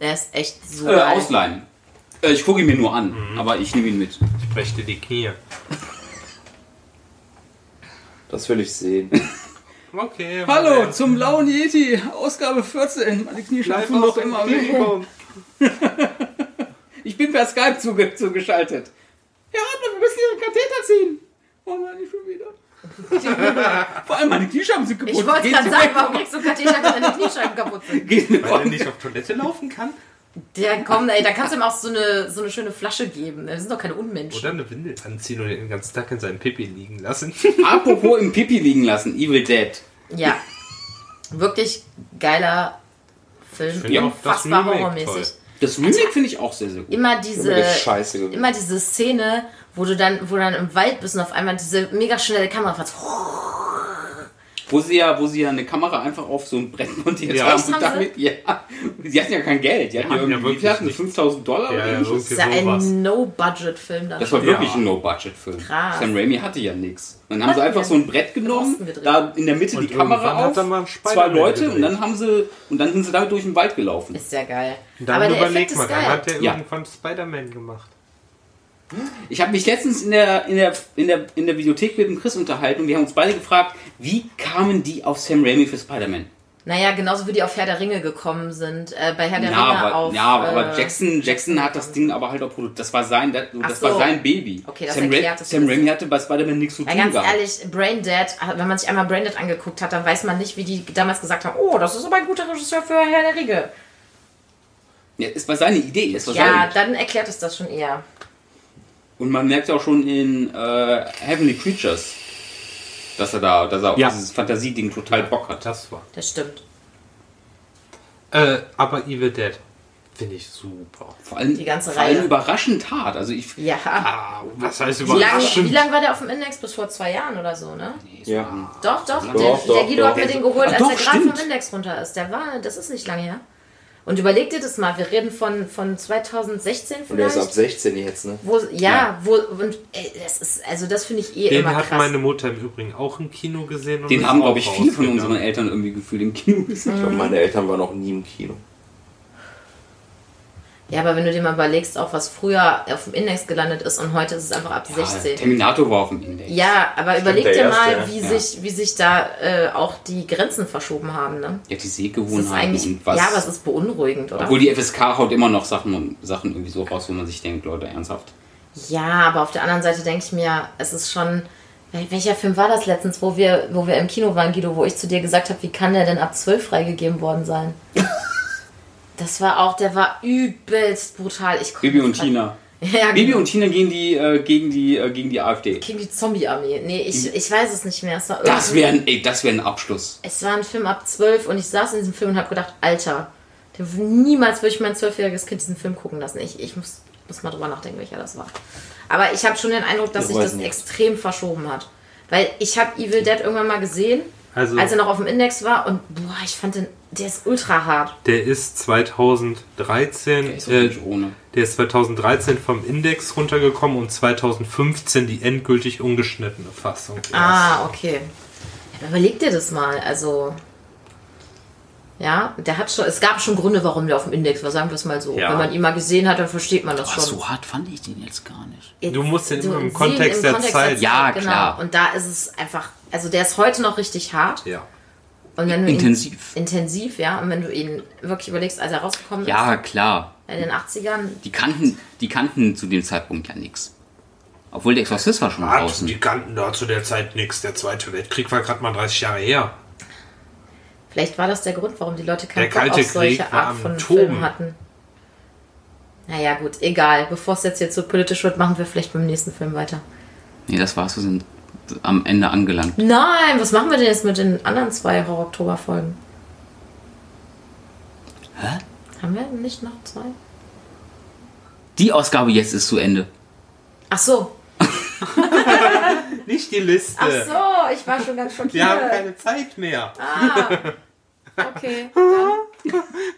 Speaker 4: Der ist echt so
Speaker 2: Äh,
Speaker 4: geil.
Speaker 2: ausleihen. Äh, ich gucke ihn mir nur an, aber ich nehme ihn mit.
Speaker 3: Ich brechte die Knie.
Speaker 1: Das will ich sehen.
Speaker 3: Okay.
Speaker 2: Hallo zum blauen Yeti, Ausgabe 14. Meine Knie schlafen noch immer. Ich bin per Skype zuge zugeschaltet. Herr Ratner, wir müssen Ihren Katheter ziehen. Oh nein, nicht schon wieder. Vor allem meine Kniescheiben sind kaputt.
Speaker 4: Ich wollte
Speaker 2: Geht
Speaker 4: gerade
Speaker 2: zu
Speaker 4: sagen,
Speaker 2: weit.
Speaker 4: warum kriegst du Katheter, wenn deine Kniescheiben kaputt sind?
Speaker 2: Geht mir
Speaker 3: Weil er
Speaker 2: vor.
Speaker 3: nicht auf Toilette laufen kann?
Speaker 4: Der komm, ey, da kannst du ihm auch so eine, so eine schöne Flasche geben. Wir sind doch keine Unmenschen.
Speaker 3: Oder eine Windel anziehen und den ganzen Tag in seinem Pipi liegen lassen.
Speaker 2: Apropos im Pipi liegen lassen, Evil Dead.
Speaker 4: Ja. Wirklich geiler Film.
Speaker 3: finde auch das
Speaker 4: Unfassbar
Speaker 3: Remake
Speaker 4: horrormäßig.
Speaker 3: toll.
Speaker 2: Das Remake finde ich auch sehr, sehr gut.
Speaker 4: Immer diese,
Speaker 1: Das ist scheiße gewesen.
Speaker 4: immer diese Szene, wo du dann, wo du dann im Wald bist und auf einmal diese mega schnelle Kamera fährst. Oh,
Speaker 2: Wo sie ja, wo sie ja eine Kamera einfach auf so ein Brett montiert
Speaker 3: Ja.
Speaker 2: haben
Speaker 4: Echt,
Speaker 2: und
Speaker 4: haben
Speaker 2: damit, ja. Sie hatten ja kein Geld. Die hatten
Speaker 3: Die
Speaker 2: ja
Speaker 3: hatten
Speaker 2: irgendwie,
Speaker 3: ja
Speaker 2: wie viel
Speaker 3: wirklich
Speaker 2: hatten sie?
Speaker 3: nichts.
Speaker 2: 5000 Dollar
Speaker 3: Ja,
Speaker 2: oder
Speaker 3: ja,
Speaker 2: so.
Speaker 3: so
Speaker 4: Das ist ja
Speaker 3: sowas.
Speaker 4: ein No-Budget-Film.
Speaker 2: Das war
Speaker 4: Da.
Speaker 2: wirklich
Speaker 3: Ja.
Speaker 2: ein No-Budget-Film.
Speaker 4: Krass.
Speaker 2: Sam Raimi hatte ja nichts. Dann haben
Speaker 4: Hatten
Speaker 2: sie einfach
Speaker 4: wir
Speaker 2: so ein Brett genommen,
Speaker 4: Mussten wir drehen.
Speaker 2: da in der Mitte
Speaker 3: Und
Speaker 2: die Kamera
Speaker 3: irgendwann hat
Speaker 2: auf,
Speaker 3: er mal einen
Speaker 2: zwei
Speaker 3: Spider-Man
Speaker 2: Leute
Speaker 3: gedreht.
Speaker 2: und dann haben sie und dann sind sie damit durch den Wald gelaufen.
Speaker 4: Ist ja geil.
Speaker 3: Dann
Speaker 4: Aber der
Speaker 3: überleg
Speaker 4: Effekt
Speaker 3: mal,
Speaker 4: ist
Speaker 3: dann
Speaker 4: geil.
Speaker 3: hat er
Speaker 2: Ja.
Speaker 3: irgendwann Spider-Man gemacht.
Speaker 2: Ich habe mich letztens in der, in, der, in, der, in der Videothek mit dem Chris unterhalten und wir haben uns beide gefragt, wie kamen die auf Sam Raimi für Spider-Man?
Speaker 4: Naja, genauso wie die auf Herr der Ringe gekommen sind. Äh, bei Herr der
Speaker 2: Ja,
Speaker 4: Ringe
Speaker 2: aber,
Speaker 4: auf.
Speaker 2: ja, aber, aber
Speaker 4: äh,
Speaker 2: Jackson, Jackson hat das Ding aber halt auch produziert. Das war sein, das, das
Speaker 4: so.
Speaker 2: war sein Baby.
Speaker 4: Okay, das
Speaker 2: Sam,
Speaker 4: erklärt das ein
Speaker 2: Sam Raimi
Speaker 4: bisschen.
Speaker 2: hatte bei Spider-Man nichts zu
Speaker 4: Ja,
Speaker 2: tun
Speaker 4: ganz
Speaker 2: gehabt.
Speaker 4: ehrlich, Braindead, wenn man sich einmal Braindead angeguckt hat, dann weiß man nicht, wie die damals gesagt haben, oh, das ist aber ein guter Regisseur für Herr der Ringe.
Speaker 2: Ja, es war seine Idee. Es war seine
Speaker 4: Ja,
Speaker 2: Idee.
Speaker 4: dann erklärt es das schon eher.
Speaker 2: Und man merkt ja auch schon in äh, Heavenly Creatures, dass er da, dass er auf
Speaker 3: Ja.
Speaker 2: dieses Fantasieding total Bock hat.
Speaker 3: Das war.
Speaker 4: Das stimmt.
Speaker 3: Äh, aber Evil Dead finde ich super.
Speaker 2: Vor allem,
Speaker 4: Die ganze
Speaker 2: vor allem
Speaker 4: Reihe.
Speaker 2: überraschend hart. Also ich,
Speaker 4: Ja.
Speaker 3: Ah, was heißt
Speaker 4: Wie lange wie lang war der auf dem Index? Bis vor zwei Jahren oder so, ne?
Speaker 1: Ja.
Speaker 4: Doch, doch. der,
Speaker 1: Doch,
Speaker 4: der
Speaker 1: doch,
Speaker 4: Guido
Speaker 1: doch.
Speaker 4: hat mir den geholt,
Speaker 2: Ach,
Speaker 4: als
Speaker 2: doch,
Speaker 4: er gerade vom
Speaker 2: stimmt.
Speaker 4: Index runter ist. Der war, das ist nicht lange her. Und überleg dir das mal, wir reden von, von 2016
Speaker 1: Und der ist ab
Speaker 4: vielleicht.
Speaker 1: 16 jetzt, ne?
Speaker 4: Wo, ja,
Speaker 2: Ja.
Speaker 4: wo, und ey, das ist, also das finde ich eh
Speaker 3: Den
Speaker 4: immer
Speaker 3: hat
Speaker 4: krass.
Speaker 3: meine Mutter im Übrigen auch im Kino gesehen. Und
Speaker 2: den
Speaker 3: ist
Speaker 2: haben,
Speaker 3: auch
Speaker 2: glaube ich, viele von
Speaker 3: rausgegangen.
Speaker 2: unseren Eltern irgendwie gefühlt im Kino gesehen.
Speaker 1: Ich glaube, meine Eltern waren noch nie im Kino.
Speaker 4: Ja, aber wenn du dir mal überlegst, auch was früher auf dem Index gelandet ist und heute ist es einfach ab
Speaker 2: Ja,
Speaker 4: 16.
Speaker 2: Ah, Terminator war auf dem Index.
Speaker 4: Ja, aber überleg
Speaker 1: der
Speaker 4: dir
Speaker 1: erste,
Speaker 4: mal,
Speaker 1: ja.
Speaker 4: wie,
Speaker 2: Ja.
Speaker 4: sich, wie sich da äh, auch die Grenzen verschoben haben. Ne?
Speaker 2: Ja, die
Speaker 4: Das ist
Speaker 2: Sehgewohnheiten
Speaker 4: eigentlich,
Speaker 2: und was.
Speaker 4: ja, aber es ist beunruhigend, oder?
Speaker 2: obwohl die FSK haut immer noch Sachen, Sachen irgendwie so raus, wo man sich denkt, Leute, ernsthaft.
Speaker 4: Ja, aber auf der anderen Seite denke ich mir, es ist schon. Wel- Welcher Film war das letztens, wo wir, wo wir im Kino waren, Guido, wo ich zu dir gesagt habe, wie kann der denn ab 12 freigegeben worden sein? das war auch, der war übelst brutal. Ich
Speaker 2: Bibi und Tina.
Speaker 4: Ja,
Speaker 2: Bibi
Speaker 4: genau.
Speaker 2: und Tina gegen die, äh, gegen die, äh, gegen die AfD.
Speaker 4: Gegen die Zombie-Armee. Nee, ich, ich weiß es nicht mehr. Es war
Speaker 2: Das
Speaker 4: irgendwie-
Speaker 2: wäre ein, ey, das wär ein Abschluss.
Speaker 4: Es war ein Film ab 12 und ich saß in diesem Film und habe gedacht, Alter, der- niemals würde ich mein zwölfjähriges Kind diesen Film gucken lassen. Ich, ich muss Muss mal drüber nachdenken, welcher das war. Aber ich habe schon den Eindruck, dass
Speaker 1: Ich
Speaker 4: sich
Speaker 1: weiß
Speaker 4: das
Speaker 1: nicht.
Speaker 4: extrem verschoben hat. Weil ich habe Evil Dead irgendwann mal gesehen,
Speaker 3: Also,
Speaker 4: als er noch auf dem Index war und boah, ich fand den, der ist ultra hart.
Speaker 3: der ist 2013,
Speaker 2: Der ist auch
Speaker 3: äh,
Speaker 2: nicht ohne.
Speaker 3: der ist 2013 vom Index runtergekommen und 2015 die endgültig ungeschnittene Fassung. erst.
Speaker 4: Ah, okay. Ja, aber überleg dir das mal. Also, ja, der hat schon, es gab schon Gründe, warum der auf dem Index war, sagen wir es mal so.
Speaker 3: Ja.
Speaker 4: Wenn man ihn mal gesehen hat, dann versteht man das
Speaker 2: Boah,
Speaker 4: schon.
Speaker 2: so hart fand ich den jetzt gar nicht.
Speaker 4: Jetzt-
Speaker 3: Du musst den
Speaker 4: so
Speaker 3: immer im
Speaker 4: sehen,
Speaker 3: Kontext der Zeit-
Speaker 2: Ja,
Speaker 4: genau.
Speaker 2: klar.
Speaker 4: Und da ist es einfach, also der ist heute noch richtig hart.
Speaker 3: Ja.
Speaker 4: Und wenn du
Speaker 2: Intensiv.
Speaker 4: Ihn, intensiv, ja. Und wenn du ihn wirklich überlegst, als er rausgekommen
Speaker 2: Ja, klar.
Speaker 4: ist, in den 80ern,
Speaker 2: Die kannten, die kannten zu dem Zeitpunkt ja nichts. Obwohl der Exorzist war schon
Speaker 3: Hat,
Speaker 2: draußen.
Speaker 3: die kannten da zu der Zeit nichts. Der Zweite Weltkrieg war gerade mal 30 Jahre her.
Speaker 4: vielleicht war das der Grund, warum die Leute keinen
Speaker 3: Der
Speaker 4: Bock
Speaker 3: Kalte
Speaker 4: auf solche
Speaker 3: Krieg war
Speaker 4: Art
Speaker 3: am
Speaker 4: von
Speaker 3: Toben.
Speaker 4: Filmen hatten. Naja, gut, egal. Bevor es jetzt hier zu politisch wird, machen wir vielleicht beim nächsten Film weiter.
Speaker 2: Nee, das war's. Wir sind am Ende angelangt.
Speaker 4: Nein, was machen wir denn jetzt mit den anderen zwei Horror-Oktober-Folgen?
Speaker 2: Hä?
Speaker 4: Haben wir nicht noch zwei?
Speaker 2: Die Ausgabe jetzt ist zu Ende.
Speaker 4: Ach so.
Speaker 3: Nicht die Liste.
Speaker 4: Ach so, ich war schon ganz
Speaker 3: Wir haben
Speaker 4: schockiert.
Speaker 3: keine Zeit mehr.
Speaker 4: Okay, dann.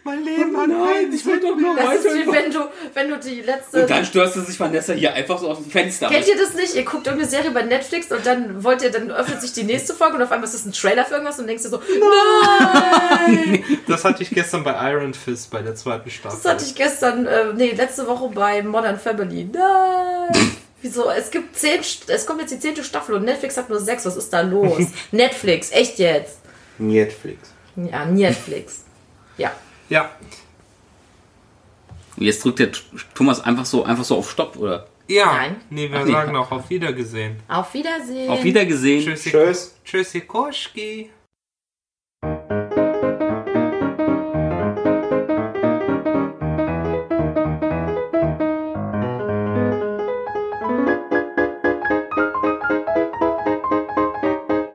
Speaker 3: Mein Leben
Speaker 2: Oh
Speaker 3: hat keinen
Speaker 2: will doch nur
Speaker 4: Das ist wie wenn du, wenn du die letzte.
Speaker 2: stürzte sich Vanessa hier einfach so aus dem Fenster.
Speaker 4: Kennt ihr das nicht? Ihr guckt irgendeine Serie bei Netflix und dann wollt ihr, dann öffnet sich die nächste Folge und auf einmal ist das ein Trailer für irgendwas und denkst dir so, nein!
Speaker 3: Das hatte ich gestern bei Iron Fist bei der zweiten Staffel.
Speaker 4: Das hatte ich gestern, äh, nee, letzte Woche bei Modern Family. Nein! Wieso? Es gibt zehn, St- es kommt jetzt die zehnte Staffel und Netflix hat nur sechs. Was ist da los? Netflix, echt jetzt?
Speaker 1: Netflix.
Speaker 4: Ja, Netflix. Ja.
Speaker 3: ja.
Speaker 2: Und jetzt drückt der T- Thomas einfach so, einfach so auf Stopp, oder?
Speaker 3: Ja.
Speaker 4: Nein.
Speaker 3: Nee, wir
Speaker 2: Ach nee.
Speaker 3: sagen auch auf Wiedergesehen.
Speaker 4: Auf Wiedersehen.
Speaker 2: Auf Wiedergesehen.
Speaker 3: Tschüssi.
Speaker 1: Tschüss.
Speaker 3: Tschüssi Koschki.